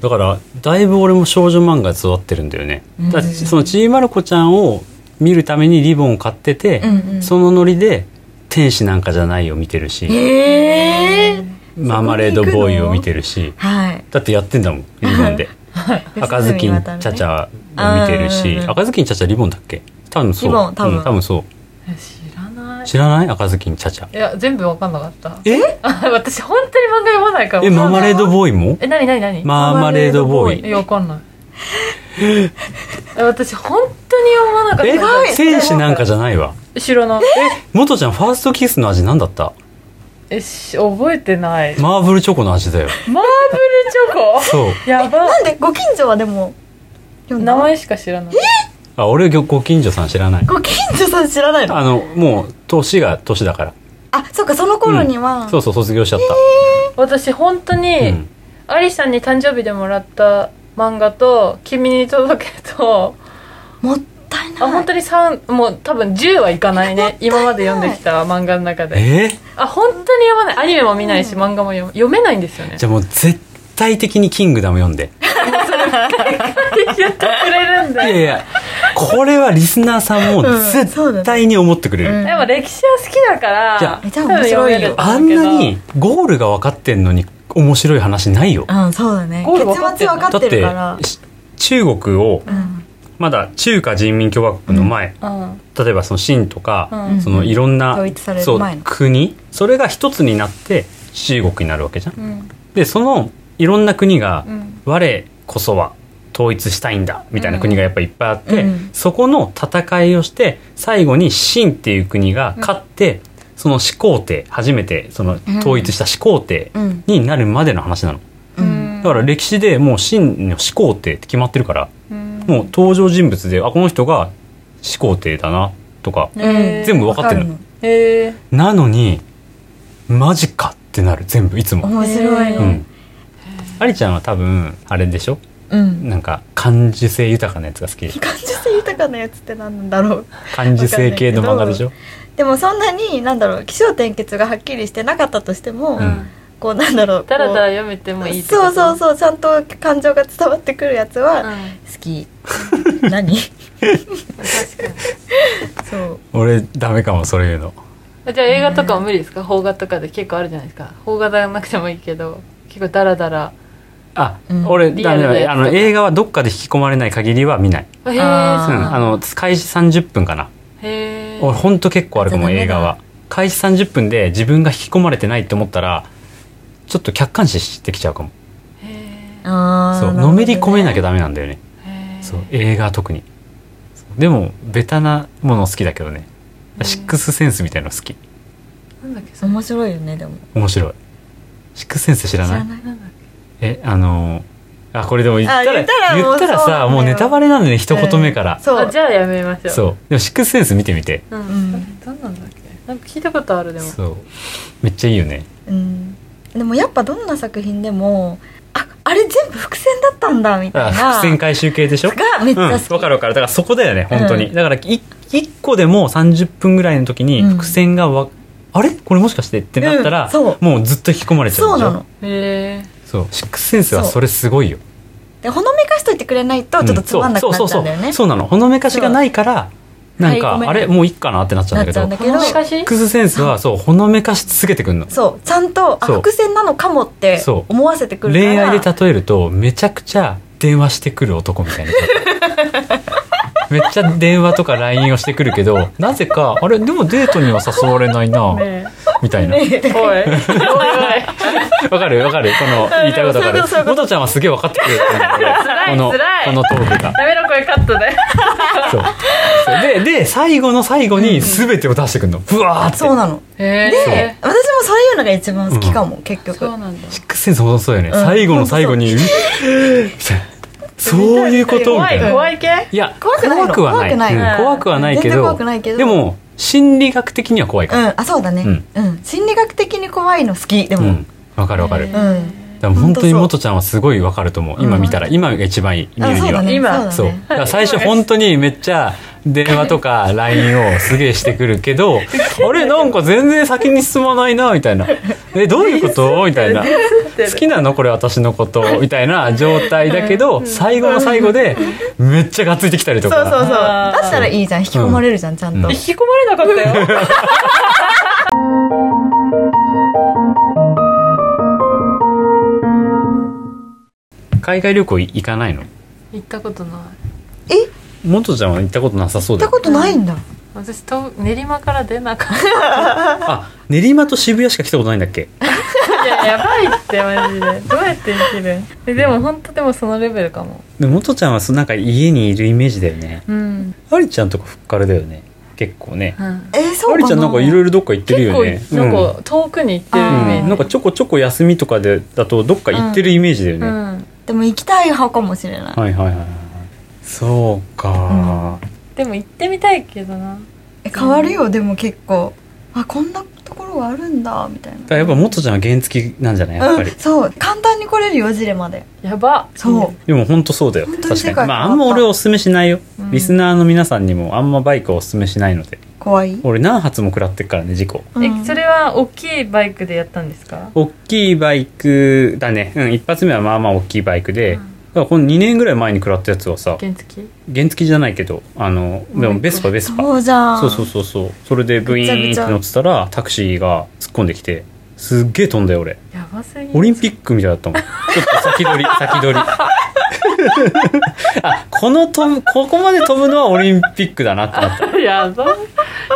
[SPEAKER 1] だからだいぶ俺も少女漫画育ってるんだよね、
[SPEAKER 4] うん
[SPEAKER 1] だってそのちいまる子ちゃんを見るためにリボンを買ってて、
[SPEAKER 4] うんうん
[SPEAKER 1] そのノリで「天使なんかじゃない」を見てるし
[SPEAKER 4] ええ
[SPEAKER 1] 「マーマレードボーイ」を見てるし
[SPEAKER 4] はい
[SPEAKER 1] だってやってんだもんリボン
[SPEAKER 4] [LAUGHS]
[SPEAKER 1] で「赤ずきんちゃち
[SPEAKER 4] ゃ
[SPEAKER 1] ゃ」を見てる
[SPEAKER 4] うん
[SPEAKER 1] し
[SPEAKER 4] うんうん
[SPEAKER 1] 赤ずきんちゃちゃリボンだっけ多分そう
[SPEAKER 4] リボン多分
[SPEAKER 1] うん多分そ
[SPEAKER 2] え知らな
[SPEAKER 1] う
[SPEAKER 2] い
[SPEAKER 1] 知らない赤ずきんちゃちゃ
[SPEAKER 2] いや全部わかんなかった [LAUGHS]
[SPEAKER 1] え
[SPEAKER 2] あ私本当に漫画読まないから
[SPEAKER 1] え
[SPEAKER 2] わ
[SPEAKER 1] マ
[SPEAKER 2] か
[SPEAKER 1] ー
[SPEAKER 2] んな
[SPEAKER 1] マ
[SPEAKER 2] い
[SPEAKER 1] レードボーイも
[SPEAKER 2] え何何何
[SPEAKER 1] マーマレードボーイ
[SPEAKER 2] いやわかんない [LAUGHS] え私本当に読まなかった
[SPEAKER 1] え天使なんかじゃないわ
[SPEAKER 2] 知らない
[SPEAKER 1] 元ちゃんファーストキスの味なんだった
[SPEAKER 2] えし覚えてないマ
[SPEAKER 1] マーブルチョコの味だよ
[SPEAKER 2] ーブルチョコ
[SPEAKER 1] そう
[SPEAKER 2] やば
[SPEAKER 4] なんでご近所はでも読んだ
[SPEAKER 2] 名前しか知らない
[SPEAKER 1] あ俺ごご近所さん知らない
[SPEAKER 4] ご近所さん知らないの
[SPEAKER 1] あのもう年が年だから
[SPEAKER 4] あそうかその頃には、
[SPEAKER 1] そうそう卒業しちゃっ
[SPEAKER 2] 私本当
[SPEAKER 1] た、
[SPEAKER 2] に、アリさんに誕生日でもらった漫画と「君に届け」と
[SPEAKER 4] もったいない
[SPEAKER 2] あ本当に三もう多分10はいかないね今まで読んできた漫画の中
[SPEAKER 1] うん、
[SPEAKER 2] で
[SPEAKER 1] えー
[SPEAKER 2] あ本当に読まないアニメも見ないし漫画も読む読めないんですよね
[SPEAKER 1] じゃあもう絶対的に「キングダム」読んで
[SPEAKER 2] やってくれるん
[SPEAKER 1] い
[SPEAKER 2] だ
[SPEAKER 1] やい
[SPEAKER 2] で
[SPEAKER 1] やこれはリスナーさんも
[SPEAKER 4] うんそう
[SPEAKER 1] 絶
[SPEAKER 4] だね
[SPEAKER 1] 対に思ってくれる、
[SPEAKER 4] うん
[SPEAKER 2] も歴史は好きだから
[SPEAKER 1] じゃあ
[SPEAKER 4] えじゃあ面白いよ
[SPEAKER 2] 多
[SPEAKER 1] あ
[SPEAKER 2] 分
[SPEAKER 1] ん
[SPEAKER 2] 読
[SPEAKER 1] な
[SPEAKER 2] める
[SPEAKER 1] にゴールが分かってんのに面白い話ないよ
[SPEAKER 4] うんそうだね
[SPEAKER 2] ゴール分かっ
[SPEAKER 4] 結
[SPEAKER 2] て
[SPEAKER 4] 末
[SPEAKER 2] るの
[SPEAKER 4] 分
[SPEAKER 1] だ
[SPEAKER 4] かってるから
[SPEAKER 1] ってし中国を
[SPEAKER 4] うん
[SPEAKER 1] まだ中華人民共和国の前、
[SPEAKER 2] と思う
[SPEAKER 1] 例えばその清とか、
[SPEAKER 2] けどうんうん
[SPEAKER 1] そのいろんな
[SPEAKER 4] 統一され
[SPEAKER 1] そ
[SPEAKER 4] る
[SPEAKER 1] う
[SPEAKER 4] 前の
[SPEAKER 1] 国それが一つになって中国になるわけじゃん。
[SPEAKER 2] うん
[SPEAKER 1] でそのいろんな国が、
[SPEAKER 2] うん
[SPEAKER 1] 我こそは統一したいんだみたいな国がやっぱいっぱいあって、
[SPEAKER 4] うん
[SPEAKER 1] そこの戦いをして最後に秦っていう国が勝って、その始皇帝初めてその統一した始皇帝
[SPEAKER 4] うん
[SPEAKER 1] になるまでの話なの。
[SPEAKER 4] うん
[SPEAKER 1] だから歴史でもう秦の始皇帝って決まってるから
[SPEAKER 2] うん
[SPEAKER 1] もう登場人物であこの人が始皇帝だなとか
[SPEAKER 2] えー
[SPEAKER 1] 全部分かってるの
[SPEAKER 4] わ
[SPEAKER 2] えー
[SPEAKER 1] なのにマジかってなる全部いつも、
[SPEAKER 4] 面白い
[SPEAKER 1] うん
[SPEAKER 4] ね
[SPEAKER 1] ありちゃんは多分あれでしょ
[SPEAKER 4] うん
[SPEAKER 1] なんか感受性豊かなやつが好きでしょ
[SPEAKER 4] 感受性豊かなやつってなんだろう
[SPEAKER 1] 感受性系の漫画でしょ
[SPEAKER 4] でもそんなになんだろう気象転結がはっきりしてなかったとしても、
[SPEAKER 1] う
[SPEAKER 2] わかんない
[SPEAKER 1] ん
[SPEAKER 4] こうなんだろう
[SPEAKER 2] だらだら
[SPEAKER 4] こ
[SPEAKER 2] 読めても
[SPEAKER 4] う
[SPEAKER 2] いいってこ
[SPEAKER 4] そ
[SPEAKER 2] と
[SPEAKER 4] うそうそうちゃんと感情が伝わってくるやつは
[SPEAKER 2] ん
[SPEAKER 4] 好き、
[SPEAKER 1] [LAUGHS]
[SPEAKER 2] 確
[SPEAKER 4] 何
[SPEAKER 2] かに
[SPEAKER 4] そう
[SPEAKER 1] 俺ダメかもそれ言うの
[SPEAKER 2] あじゃあ映画とかは無理ですか邦画とかで結構あるじゃないですか邦画じゃなくてもいいけど結構ダラダラ
[SPEAKER 1] あ、
[SPEAKER 4] うん
[SPEAKER 1] 俺
[SPEAKER 2] リア
[SPEAKER 1] ダ
[SPEAKER 2] ル
[SPEAKER 1] メ
[SPEAKER 2] なや
[SPEAKER 1] だ
[SPEAKER 2] つ
[SPEAKER 1] ねあの映画はどっかで引き込まれない限りは見ない、
[SPEAKER 2] へえ
[SPEAKER 1] う
[SPEAKER 4] あー
[SPEAKER 1] ん、あの開始30分かな
[SPEAKER 2] へえ
[SPEAKER 1] 俺ほんと結構あるかも
[SPEAKER 4] じゃあダメだ
[SPEAKER 1] 映画は開始30分で自分が引き込まれてないって思ったらちょっと客観視してきちゃうかも
[SPEAKER 2] へ
[SPEAKER 4] あ
[SPEAKER 1] そうのめり込めなきゃ
[SPEAKER 4] ゃ
[SPEAKER 1] ダメなんだよね
[SPEAKER 2] え
[SPEAKER 1] そう映画は特にそうでもベタなもの好きだけどね
[SPEAKER 2] うん
[SPEAKER 1] シックスセンスみたいの好き
[SPEAKER 2] なんだっけそれ
[SPEAKER 4] 面白いよねでも
[SPEAKER 1] 面白いシックスセンス知らない
[SPEAKER 2] なんだっけ
[SPEAKER 1] えあのーあこれでも言ったら
[SPEAKER 4] あ言ったらもう
[SPEAKER 1] 言ったら
[SPEAKER 4] そうなんだ
[SPEAKER 1] さ
[SPEAKER 4] よ
[SPEAKER 1] もうネタバレなんでね一言目から
[SPEAKER 4] うん、そう
[SPEAKER 2] あじゃあやめましょう
[SPEAKER 1] そうでもシックスセンス見てみて
[SPEAKER 2] う、
[SPEAKER 4] うん
[SPEAKER 2] ん、あれどんなんだっけなんか聞いたことあるでも
[SPEAKER 1] そうめっちゃいいよね
[SPEAKER 4] うんでもやっぱどんな作品でもああれ全部伏線だったんだみた
[SPEAKER 1] あ
[SPEAKER 4] いな
[SPEAKER 1] 伏線回収系でしょ
[SPEAKER 4] がめっちゃ好き、
[SPEAKER 1] うん、わかるわかるだからそこだよね本当に、
[SPEAKER 4] うん
[SPEAKER 1] だからい一個でも30分ぐらいの時に
[SPEAKER 4] うん
[SPEAKER 1] 伏線がわ、あれこれもしかしてってなったら、
[SPEAKER 4] うんそう
[SPEAKER 1] もうずっと引き込まれちゃう
[SPEAKER 4] そ
[SPEAKER 1] でしょ
[SPEAKER 4] うなの
[SPEAKER 2] へえ
[SPEAKER 1] そうシックスセンスはそれすごいよ
[SPEAKER 4] でほのめかしといてくれないとちょっとつまんなくなっちゃうんだ
[SPEAKER 1] そう
[SPEAKER 4] よね
[SPEAKER 1] そうそうそうなのほのめかしがないからなんか、
[SPEAKER 4] はいごめん
[SPEAKER 1] あれもういっかなってなっちゃうんだけど
[SPEAKER 4] なっちゃうんだけ
[SPEAKER 2] この
[SPEAKER 1] シ
[SPEAKER 2] 昔
[SPEAKER 1] ックスセンスはそうほのめかし続けてくんの
[SPEAKER 4] そうちゃんとあ
[SPEAKER 1] そう
[SPEAKER 4] 伏線なのかもって
[SPEAKER 1] そう
[SPEAKER 4] 思わせてくるから
[SPEAKER 1] 恋愛で例えるとめちゃくちゃ電話してくる男みたいな
[SPEAKER 4] [LAUGHS]
[SPEAKER 1] めっちゃ電話とか LINE をしてくるけどなぜかあれでもデートには誘われないな、
[SPEAKER 2] ね
[SPEAKER 1] みたいな
[SPEAKER 2] [LAUGHS] えおいおいおい
[SPEAKER 1] わかるわかるこの言いたいことわかる
[SPEAKER 4] そうそうそういうこと
[SPEAKER 1] もとちゃんはすげえ分かってくれると思うんだけどこの
[SPEAKER 2] 辛い
[SPEAKER 1] このトークが
[SPEAKER 2] やめろこれカットで
[SPEAKER 1] そうそうでで最後の最後に全てを出してくるのブワーって
[SPEAKER 4] そうなの
[SPEAKER 2] へ
[SPEAKER 4] で私もそういうのが一番好きかも、結
[SPEAKER 2] え
[SPEAKER 4] 局
[SPEAKER 2] そうなんだ
[SPEAKER 1] シックスセンスほどそうよね、
[SPEAKER 4] うん
[SPEAKER 1] 最後の最後に「うっ」みたいな [LAUGHS] そういうことみ
[SPEAKER 2] 怖
[SPEAKER 1] たい
[SPEAKER 2] い
[SPEAKER 1] な
[SPEAKER 2] 怖い系
[SPEAKER 1] いや
[SPEAKER 4] 怖くないの
[SPEAKER 1] はない
[SPEAKER 4] 怖くない
[SPEAKER 1] うん怖くはないけ
[SPEAKER 4] 全
[SPEAKER 1] ど
[SPEAKER 4] 然怖くないけど
[SPEAKER 1] でも心理学的には怖いうか
[SPEAKER 4] んあそうだねうん、心理学的に怖いの好きで
[SPEAKER 1] らう
[SPEAKER 4] も
[SPEAKER 1] んわかるわかる
[SPEAKER 2] へ
[SPEAKER 1] だか
[SPEAKER 2] え
[SPEAKER 1] ら本当にもとちゃんはすごいわかると思う
[SPEAKER 4] うん
[SPEAKER 1] 今見たら今が一番いい見
[SPEAKER 4] あ
[SPEAKER 1] る
[SPEAKER 4] そ
[SPEAKER 1] に
[SPEAKER 4] うだ
[SPEAKER 1] は
[SPEAKER 4] ね
[SPEAKER 2] 今
[SPEAKER 4] そ
[SPEAKER 1] そうう
[SPEAKER 4] だね
[SPEAKER 1] だから最初本当にめっちゃ電話とか LINE をすげえしてくるけ
[SPEAKER 4] [LAUGHS]
[SPEAKER 1] どあれなんか全然先に進まないなみたいなえどういう
[SPEAKER 4] [LAUGHS]
[SPEAKER 1] ことみたいな好きなのこれ私のことみたいな状態だけど最後の最後でめっちゃがっついてきたりと
[SPEAKER 4] そうそうそう
[SPEAKER 1] か
[SPEAKER 2] あー
[SPEAKER 4] だったらいいじゃん引き込まれるじゃん、ちゃんと、
[SPEAKER 1] うん
[SPEAKER 2] 引き込まれなかったよ
[SPEAKER 1] 海外旅行行かないの
[SPEAKER 2] 行ったことない
[SPEAKER 1] もとちゃんは行ったことなさそう
[SPEAKER 4] 行
[SPEAKER 1] だ
[SPEAKER 4] った
[SPEAKER 1] よね
[SPEAKER 4] ことないんだ、
[SPEAKER 2] 私と練馬から出なかっ [LAUGHS]
[SPEAKER 1] あ練馬と渋谷しか来たことないんだっけ
[SPEAKER 2] たいややばいってマジでどうやって生きるえでも本当でもそのレベルかも
[SPEAKER 1] でもとちゃんはそのなんか家にいるイメージだよね
[SPEAKER 2] うん
[SPEAKER 1] ありちゃんとかふっかるだよね結構ね
[SPEAKER 2] うん
[SPEAKER 4] えー、
[SPEAKER 1] あ
[SPEAKER 4] そうかな
[SPEAKER 1] りちゃんなんかいろいろどっか行ってる
[SPEAKER 2] 結
[SPEAKER 1] よ
[SPEAKER 2] 構
[SPEAKER 1] ね
[SPEAKER 2] なんか遠くに行ってるイ
[SPEAKER 1] うん
[SPEAKER 2] メー
[SPEAKER 1] うん
[SPEAKER 2] ジ
[SPEAKER 1] なんかちょこちょこ休みとかでだとどっか行ってるイメージだよね、
[SPEAKER 2] うん
[SPEAKER 4] でも行きたい派かもしれない、
[SPEAKER 1] はいはいはいはいそうか、
[SPEAKER 2] でも行ってみたいけどな
[SPEAKER 4] え変わるよでも結構あこんなところがあるんだみたいな
[SPEAKER 1] だからやっぱ元ちゃんは原付きなんじゃないやっぱり、
[SPEAKER 4] うん、そう簡単に来れるよジレまで
[SPEAKER 2] やば
[SPEAKER 4] そう、
[SPEAKER 1] でも本当そうだよ
[SPEAKER 4] 本当に
[SPEAKER 1] 確
[SPEAKER 4] 世界
[SPEAKER 1] かにまああんま俺はおすすめしないよ、
[SPEAKER 2] うん
[SPEAKER 1] リスナーの皆さんにもあんまバイクはおすすめしないので
[SPEAKER 4] 怖い、
[SPEAKER 1] 俺何発も食らってっからね事故
[SPEAKER 4] うん
[SPEAKER 2] えそれは大きいバイクでやったんですか
[SPEAKER 1] 大きいバイクだねうん一発目はまあまあ大きいバイクで、
[SPEAKER 2] うん
[SPEAKER 1] だからこの2年ぐらい前に食らったやつはさ
[SPEAKER 2] 原付
[SPEAKER 1] 原付じゃないけどあのでもベスパベスパ
[SPEAKER 4] そうじゃん
[SPEAKER 1] そうそうそうそうそれでブイーンって乗ってたらタクシーが突っ込んできてすっげえ飛んだよ俺
[SPEAKER 2] やばすぎ
[SPEAKER 1] オリンピックみたいだったもんちょっと先取り先取りあこの飛ぶここまで飛ぶのはオリンピックだなってなった
[SPEAKER 2] ク [LAUGHS] やば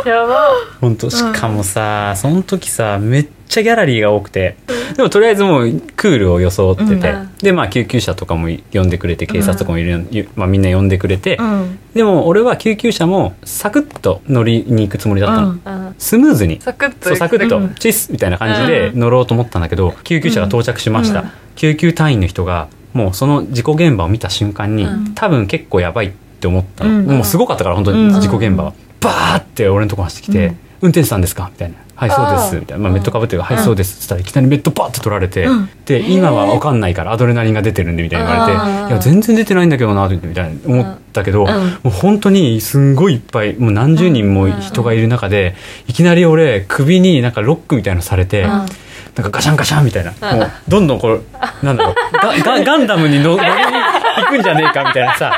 [SPEAKER 2] やば
[SPEAKER 1] 本当しかもさ、その時さめっちゃギャラリーが多くてでもとりあえずもうクールを装ってて、
[SPEAKER 2] うん
[SPEAKER 1] でまあ救急車とかも呼んでくれて警察とかもいる、まあ、みんな呼んでくれて、
[SPEAKER 4] うん
[SPEAKER 1] でも俺は救急車もサクッと乗りに行くつもりだったの、
[SPEAKER 4] うん
[SPEAKER 2] うん
[SPEAKER 1] スムーズに
[SPEAKER 2] サクッと
[SPEAKER 1] そうサクッと、
[SPEAKER 4] うん
[SPEAKER 1] チッスみたいな感じで乗ろうと思ったんだけど、救急車が到着しました、
[SPEAKER 2] うん
[SPEAKER 1] 救急隊員の人がもうその事故現場を見た瞬間に、
[SPEAKER 2] うん
[SPEAKER 1] 多分結構やばいって思ったの、
[SPEAKER 4] うん
[SPEAKER 1] もうすごかったから本当
[SPEAKER 4] う
[SPEAKER 1] に
[SPEAKER 4] ん
[SPEAKER 1] 事故現場は、バーって俺のとこ走ってきて「
[SPEAKER 4] うん
[SPEAKER 1] 運転手さんですか?」みたいな「はいそうで
[SPEAKER 2] あ
[SPEAKER 1] す」
[SPEAKER 2] ー
[SPEAKER 1] みたいな、まあ、メットかぶってるから「はいそうです」っつったらいきなりメットバーって取られて、
[SPEAKER 4] うん
[SPEAKER 1] で「今は分かんないからアドレナリンが出てるんで」みたいに言われて
[SPEAKER 2] あ
[SPEAKER 1] 「
[SPEAKER 2] ー
[SPEAKER 1] いや全然出てないんだけどな」みたいな思ったけど、
[SPEAKER 4] うん
[SPEAKER 1] もう本当にすんごいいっぱいもう何十人も人がいる中で、いきなり俺首になんかロックみたいのされて、
[SPEAKER 2] うん
[SPEAKER 1] なんかガシャンガシャンみたいな、もうどんどんこうなんだろうガガガンダムに
[SPEAKER 2] [LAUGHS]
[SPEAKER 1] の乗りに行くんじゃねえかみたいなさ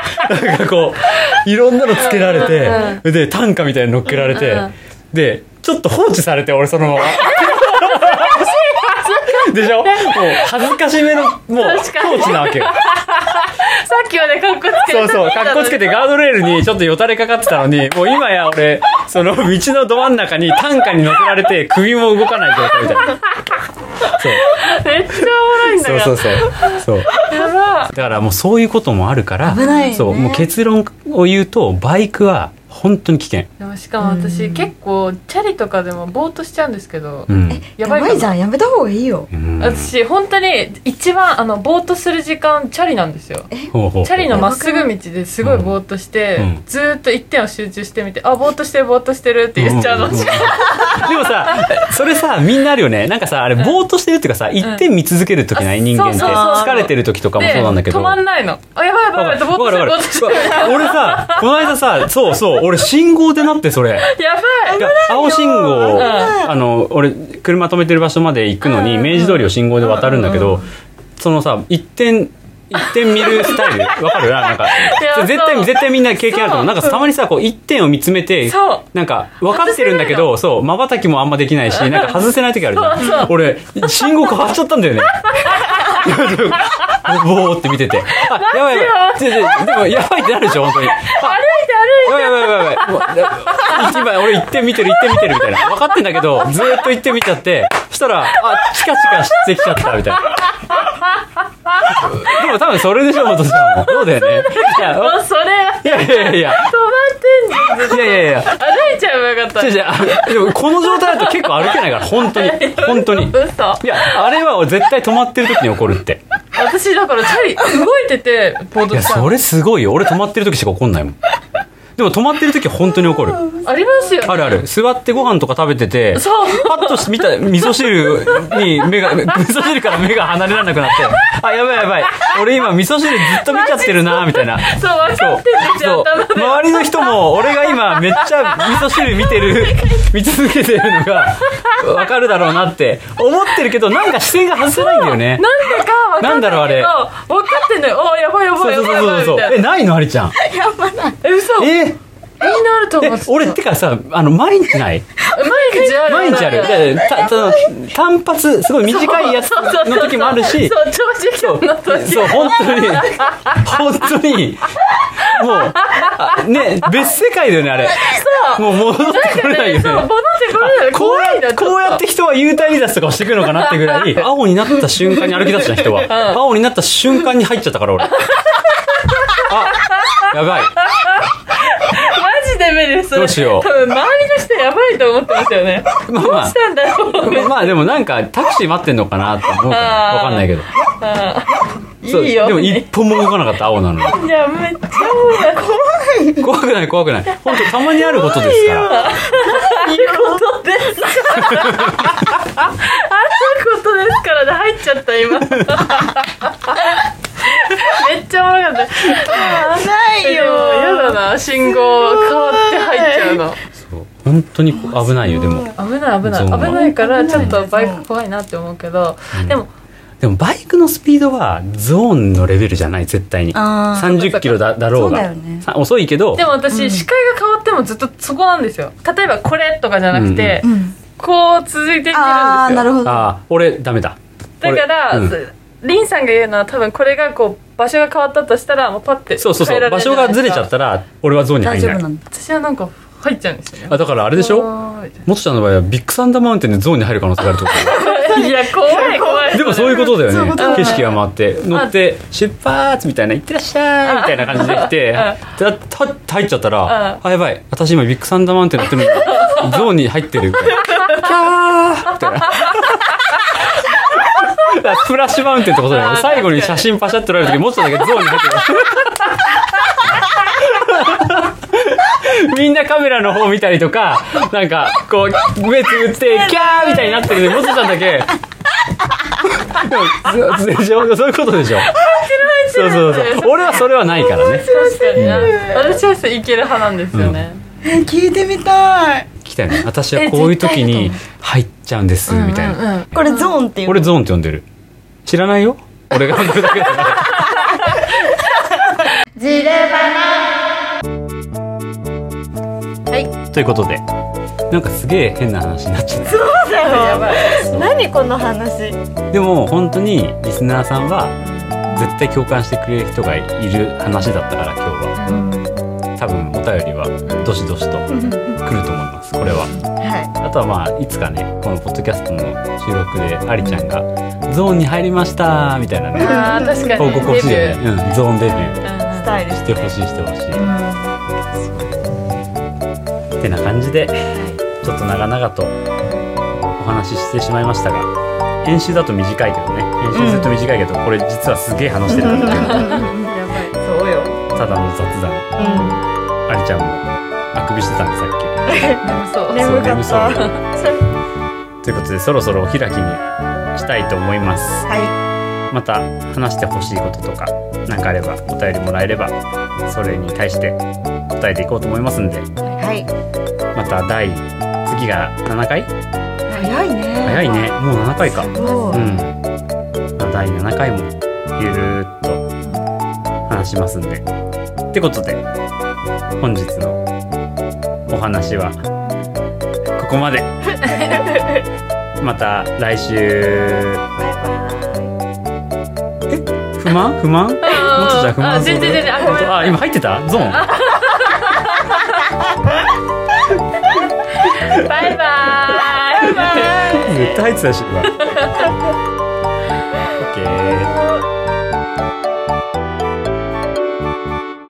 [SPEAKER 1] なんかこういろんなのつけられて、で短歌みたいに乗っけられて、
[SPEAKER 2] うんうん
[SPEAKER 1] でちょっと放置されて俺そのま
[SPEAKER 2] [LAUGHS]
[SPEAKER 1] ま。でしょもう恥ずかしめのもう放置なわけよ。
[SPEAKER 2] さっきまで格好つけて
[SPEAKER 1] そうそう、かっこつけてガードレールにちょっとよたれかかってたのに、もう今や俺、その道のど真ん中に担架に乗せられて首も動かない状態みたいな。そう
[SPEAKER 2] めっちゃおもろいんだ
[SPEAKER 1] そう
[SPEAKER 2] よ
[SPEAKER 1] そうそうそう
[SPEAKER 2] やば
[SPEAKER 1] だからもうそういうこともあるから
[SPEAKER 4] 危ないよね
[SPEAKER 1] そうもう結論を言うとバイクは本当に危険、
[SPEAKER 2] でもしかも私
[SPEAKER 4] うん
[SPEAKER 2] 結構チャリとかでもぼーっとしちゃうんですけど
[SPEAKER 1] うん
[SPEAKER 4] や
[SPEAKER 2] やば
[SPEAKER 4] ばい
[SPEAKER 2] いかな
[SPEAKER 4] じゃんやめた方がいいよ
[SPEAKER 1] うん
[SPEAKER 2] 私本当に一番あのぼーっとする時間チャリなんですよ
[SPEAKER 1] ほうほう
[SPEAKER 2] チャリのまっすぐ道ですごいぼーっとして、
[SPEAKER 1] うん
[SPEAKER 2] ずーっと一点を集中してみてあぼーっとしてるぼーっとしてるって言っちゃうの、
[SPEAKER 1] ん
[SPEAKER 2] [LAUGHS]
[SPEAKER 1] んんでもさそれさみんなあるよねなんかさあれぼーっとしてるっていうかさ一点見続ける時ない
[SPEAKER 2] うん
[SPEAKER 1] 人間って
[SPEAKER 2] そうそうそう
[SPEAKER 1] 疲れてる時とかもそうなんだけど
[SPEAKER 2] 止まんないのあやばいやばいやばいぼーっとしてるぼーっとしてる
[SPEAKER 1] 俺さ、この間さ、そうそう、俺信号でなって、それ。
[SPEAKER 2] やばい
[SPEAKER 1] 青信号
[SPEAKER 2] う
[SPEAKER 1] を、
[SPEAKER 2] ん
[SPEAKER 1] あの、俺、車止めてる場所まで行くのに、明治通りを信号で渡るんだけど、そのさ、一点、一点見るスタイルわかるななんか
[SPEAKER 2] や、
[SPEAKER 1] 絶
[SPEAKER 2] そ
[SPEAKER 1] 対、
[SPEAKER 2] う
[SPEAKER 1] 絶対みんな経験あると思う。なんかたまにさ、こう、一点を見つめて
[SPEAKER 2] そう、
[SPEAKER 1] なんか、分かってるんだけど、そう、瞬きもあんまできないし、なんか外せない時あるじゃん俺、信号変わっちゃったんだよね。 [LAUGHS] ぼーって見てて。あ、やばいやばい。でででも、やばいってなるでしょ、本当に。やばいやばいやばいやばい。もうで一番俺行って見てる行って見てるみたいな。分かってんだけど、ずーっと行って見ちゃって、そしたら、あ、チカチカしてきちゃったみたいな。でも多分それでしょ、元さんも。そうだよね。いや、
[SPEAKER 2] もうそれ
[SPEAKER 1] いやいやいやいや。
[SPEAKER 2] 止まってんじゃん
[SPEAKER 1] いやいやいや。
[SPEAKER 2] 歩いちゃえばよかっ
[SPEAKER 1] 違う
[SPEAKER 2] た
[SPEAKER 1] 違うあでもこの状態だと結構歩けないから、本当に。本当に。
[SPEAKER 2] 嘘
[SPEAKER 1] いや、あれは絶対止まってる時に起こるって。
[SPEAKER 2] 私だからチャリ動いててぼーっ
[SPEAKER 1] い
[SPEAKER 2] と
[SPEAKER 1] や、
[SPEAKER 2] した
[SPEAKER 1] そ
[SPEAKER 2] の
[SPEAKER 1] れすごいよ。俺止まってる時しか起こんないもん。でも止まってる時本当に起こる。
[SPEAKER 2] ありますよね
[SPEAKER 1] あるある。座ってご飯とか食べてて、
[SPEAKER 2] そう
[SPEAKER 1] パッと見た、味噌汁に目が、味噌汁から目が離れられなくなって、あ、やばいやばい。俺今味噌汁ずっと見ちゃってるな、みたいな。
[SPEAKER 2] そう分かってんです
[SPEAKER 1] そう
[SPEAKER 2] よ頭で
[SPEAKER 1] 周りの人も俺が今めっちゃ味噌汁見てる
[SPEAKER 2] [LAUGHS]
[SPEAKER 1] 見続けてるのが分かるだろうなって思ってるけどなんか視線が外せないんだよね
[SPEAKER 2] なんでか分か
[SPEAKER 1] なん
[SPEAKER 2] ん
[SPEAKER 1] だろうあ
[SPEAKER 2] ない
[SPEAKER 1] れ
[SPEAKER 2] けど分かってんのよおやばいや
[SPEAKER 1] そ
[SPEAKER 2] ば
[SPEAKER 1] う
[SPEAKER 2] い
[SPEAKER 1] そ
[SPEAKER 2] や
[SPEAKER 1] う
[SPEAKER 2] ばい
[SPEAKER 1] そ
[SPEAKER 2] やば
[SPEAKER 1] うそう
[SPEAKER 2] いみた
[SPEAKER 1] え
[SPEAKER 2] いな
[SPEAKER 1] ないのありちゃん
[SPEAKER 2] え嘘みんな
[SPEAKER 1] え
[SPEAKER 2] あると思
[SPEAKER 1] え
[SPEAKER 2] ってた
[SPEAKER 1] 俺ってかさあの毎日ない
[SPEAKER 2] 毎日ある
[SPEAKER 1] 毎日あるでたた単発すごい短いやつの時もあるし
[SPEAKER 2] そう長時間の時
[SPEAKER 1] そう本当に本当にもうあね別世界だよねあれもう戻ってこれないよ
[SPEAKER 2] そう戻っ
[SPEAKER 1] ね
[SPEAKER 2] てこれない
[SPEAKER 1] こう
[SPEAKER 2] 怖い
[SPEAKER 1] や
[SPEAKER 2] な
[SPEAKER 1] こうやって人は U ター離脱とかをしてくるのかなってぐらい青になった瞬間に歩き出した人は青になった瞬間に入っちゃったから俺あやばい
[SPEAKER 2] マジジで無理ですそれ
[SPEAKER 1] どうしよう
[SPEAKER 2] 多分周りの人やばいと思ってますよね
[SPEAKER 1] まあ
[SPEAKER 2] どうしたんだろう
[SPEAKER 1] まあ、まあでもなんかタクシー待ってんのかなって思うから
[SPEAKER 2] あー
[SPEAKER 1] わかんないけど
[SPEAKER 2] あ
[SPEAKER 1] そう
[SPEAKER 2] いいよ
[SPEAKER 1] でも一歩も動かなかった青なのに
[SPEAKER 2] いやめっちゃおもろい
[SPEAKER 1] 怖くない怖くない本当たまにあることですから
[SPEAKER 2] いいことですからあることですからで入っちゃった今 [LAUGHS] めっちゃおもろかった
[SPEAKER 5] ない
[SPEAKER 2] でもやだな信号変わって入っちゃうの
[SPEAKER 1] そう本当にこ危ないよでも
[SPEAKER 2] 危ない危な
[SPEAKER 1] ゾーンはい
[SPEAKER 2] 危ないからちょっとバイク怖いなって思うけど
[SPEAKER 1] うん
[SPEAKER 2] でも
[SPEAKER 1] でもバイクのスピードはゾーンのレベルじゃない絶対に
[SPEAKER 5] あー
[SPEAKER 1] 3 0キロだだろうが
[SPEAKER 5] そうだよね
[SPEAKER 1] さ遅いけど
[SPEAKER 2] でも私、視界が変わってもずっとそこなんですよ例えばこれとかじゃなくて、
[SPEAKER 5] うん
[SPEAKER 2] こう続いていけるんですよ
[SPEAKER 5] ああなるほど
[SPEAKER 1] ああ俺ダメだ
[SPEAKER 2] だから、
[SPEAKER 1] 俺うん
[SPEAKER 2] リンさんが言うのは多分これがこう場所が変わったとしたらもうパッて
[SPEAKER 1] そうそう
[SPEAKER 2] 変
[SPEAKER 1] そ
[SPEAKER 2] えら
[SPEAKER 1] う場
[SPEAKER 2] れるじ
[SPEAKER 1] 所がずれち
[SPEAKER 2] ゃないですか
[SPEAKER 1] ゃったら俺はゾーンに
[SPEAKER 5] 大
[SPEAKER 1] 入
[SPEAKER 5] 丈
[SPEAKER 1] ん
[SPEAKER 5] 夫
[SPEAKER 1] な
[SPEAKER 5] ないんだ
[SPEAKER 2] 私はなんか入っちゃうんですよね
[SPEAKER 1] あだからあれでしょ
[SPEAKER 2] わーいみたい
[SPEAKER 1] もとちゃんの場合はビッグサンダーマウンテンでゾーンに入る可能性があるってこと
[SPEAKER 2] ないや怖い怖い
[SPEAKER 1] でもそういうことだ
[SPEAKER 5] そういう
[SPEAKER 1] よ
[SPEAKER 5] こ
[SPEAKER 1] ね
[SPEAKER 5] とだ
[SPEAKER 1] 景色が回って乗って「出発!」みたいな「行ってらっしゃい!」みたいな感じで来てだた入っちゃったら「あやばい私今ビッグサンダーマウンテン乗ってるのに
[SPEAKER 5] [LAUGHS]
[SPEAKER 1] ゾーンに入ってる」みたいな「キャー!」みたいな。だからフラッシュマウンテンってことだよね
[SPEAKER 2] あー
[SPEAKER 1] 最後に写真パシャって撮られる時もっとだけゾーンに入ってるみんなカメラの方見たりとかなんかこう目つぶってキャーみたいになってるでもっとちゃんだけでしょそういうことでしょそうそうそう俺はそれはないからね
[SPEAKER 2] 確かにな私はそういける派なんですよね、
[SPEAKER 5] え聞いてみたい
[SPEAKER 1] 来たよね私はこういう時に入っちゃうんですみたいな、
[SPEAKER 2] うんうん
[SPEAKER 5] これゾーンっていう
[SPEAKER 1] 俺ゾーンって呼んでる知らないよ俺が呼んでるだけだから
[SPEAKER 5] ジレバ
[SPEAKER 1] ということでなんかすげえ変な話になっちゃっ
[SPEAKER 5] 何この話
[SPEAKER 1] たでも本当にリスナーさんは絶対共感してくれる人がいる話だったから今日は多分お便りはどしどしと来ると思いますこれは
[SPEAKER 5] は
[SPEAKER 1] あとはまあいつかねこのポッドキャストの収録でありちゃんが「ゾーンに入りました」みたいなね
[SPEAKER 2] あー確かに
[SPEAKER 1] 報告欲しいよ
[SPEAKER 2] デ
[SPEAKER 1] ね
[SPEAKER 2] ビ、
[SPEAKER 1] うん、ゾーンデビュ
[SPEAKER 2] ューうん
[SPEAKER 5] いスタイル
[SPEAKER 1] ーしてほしいしてほしいってな感じでちょっと長々とお話ししてしまいましたが編集だと短いけどね編集すると短いけど、これ実はすげえ話してるからね
[SPEAKER 2] やばい
[SPEAKER 5] そうよ
[SPEAKER 1] ただの雑談ありちゃんもあくびしてたんでさっき。
[SPEAKER 2] 眠そう、
[SPEAKER 5] ね眠かった
[SPEAKER 1] そう眠そうということでそろそろお開きにしたいと思います
[SPEAKER 5] は
[SPEAKER 1] また話してほしいこととか何かあればお便りもらえればそれに対して答えていこうと思いますんで
[SPEAKER 5] いはい
[SPEAKER 1] また第次が7回
[SPEAKER 5] 早いね
[SPEAKER 1] 早いねもう7回か
[SPEAKER 5] すご
[SPEAKER 1] う
[SPEAKER 5] い
[SPEAKER 1] んまあ第7回もゆるーっと話しますんでってことで本日のお話はここま
[SPEAKER 2] [LAUGHS]
[SPEAKER 1] でまた来週え不満不満もっとじゃあ不満
[SPEAKER 2] あ全然全然あごめん
[SPEAKER 1] あ今入ってたゾーン
[SPEAKER 2] バイバーイ
[SPEAKER 1] 絶対入ってた
[SPEAKER 2] [LAUGHS]
[SPEAKER 1] し今オッケー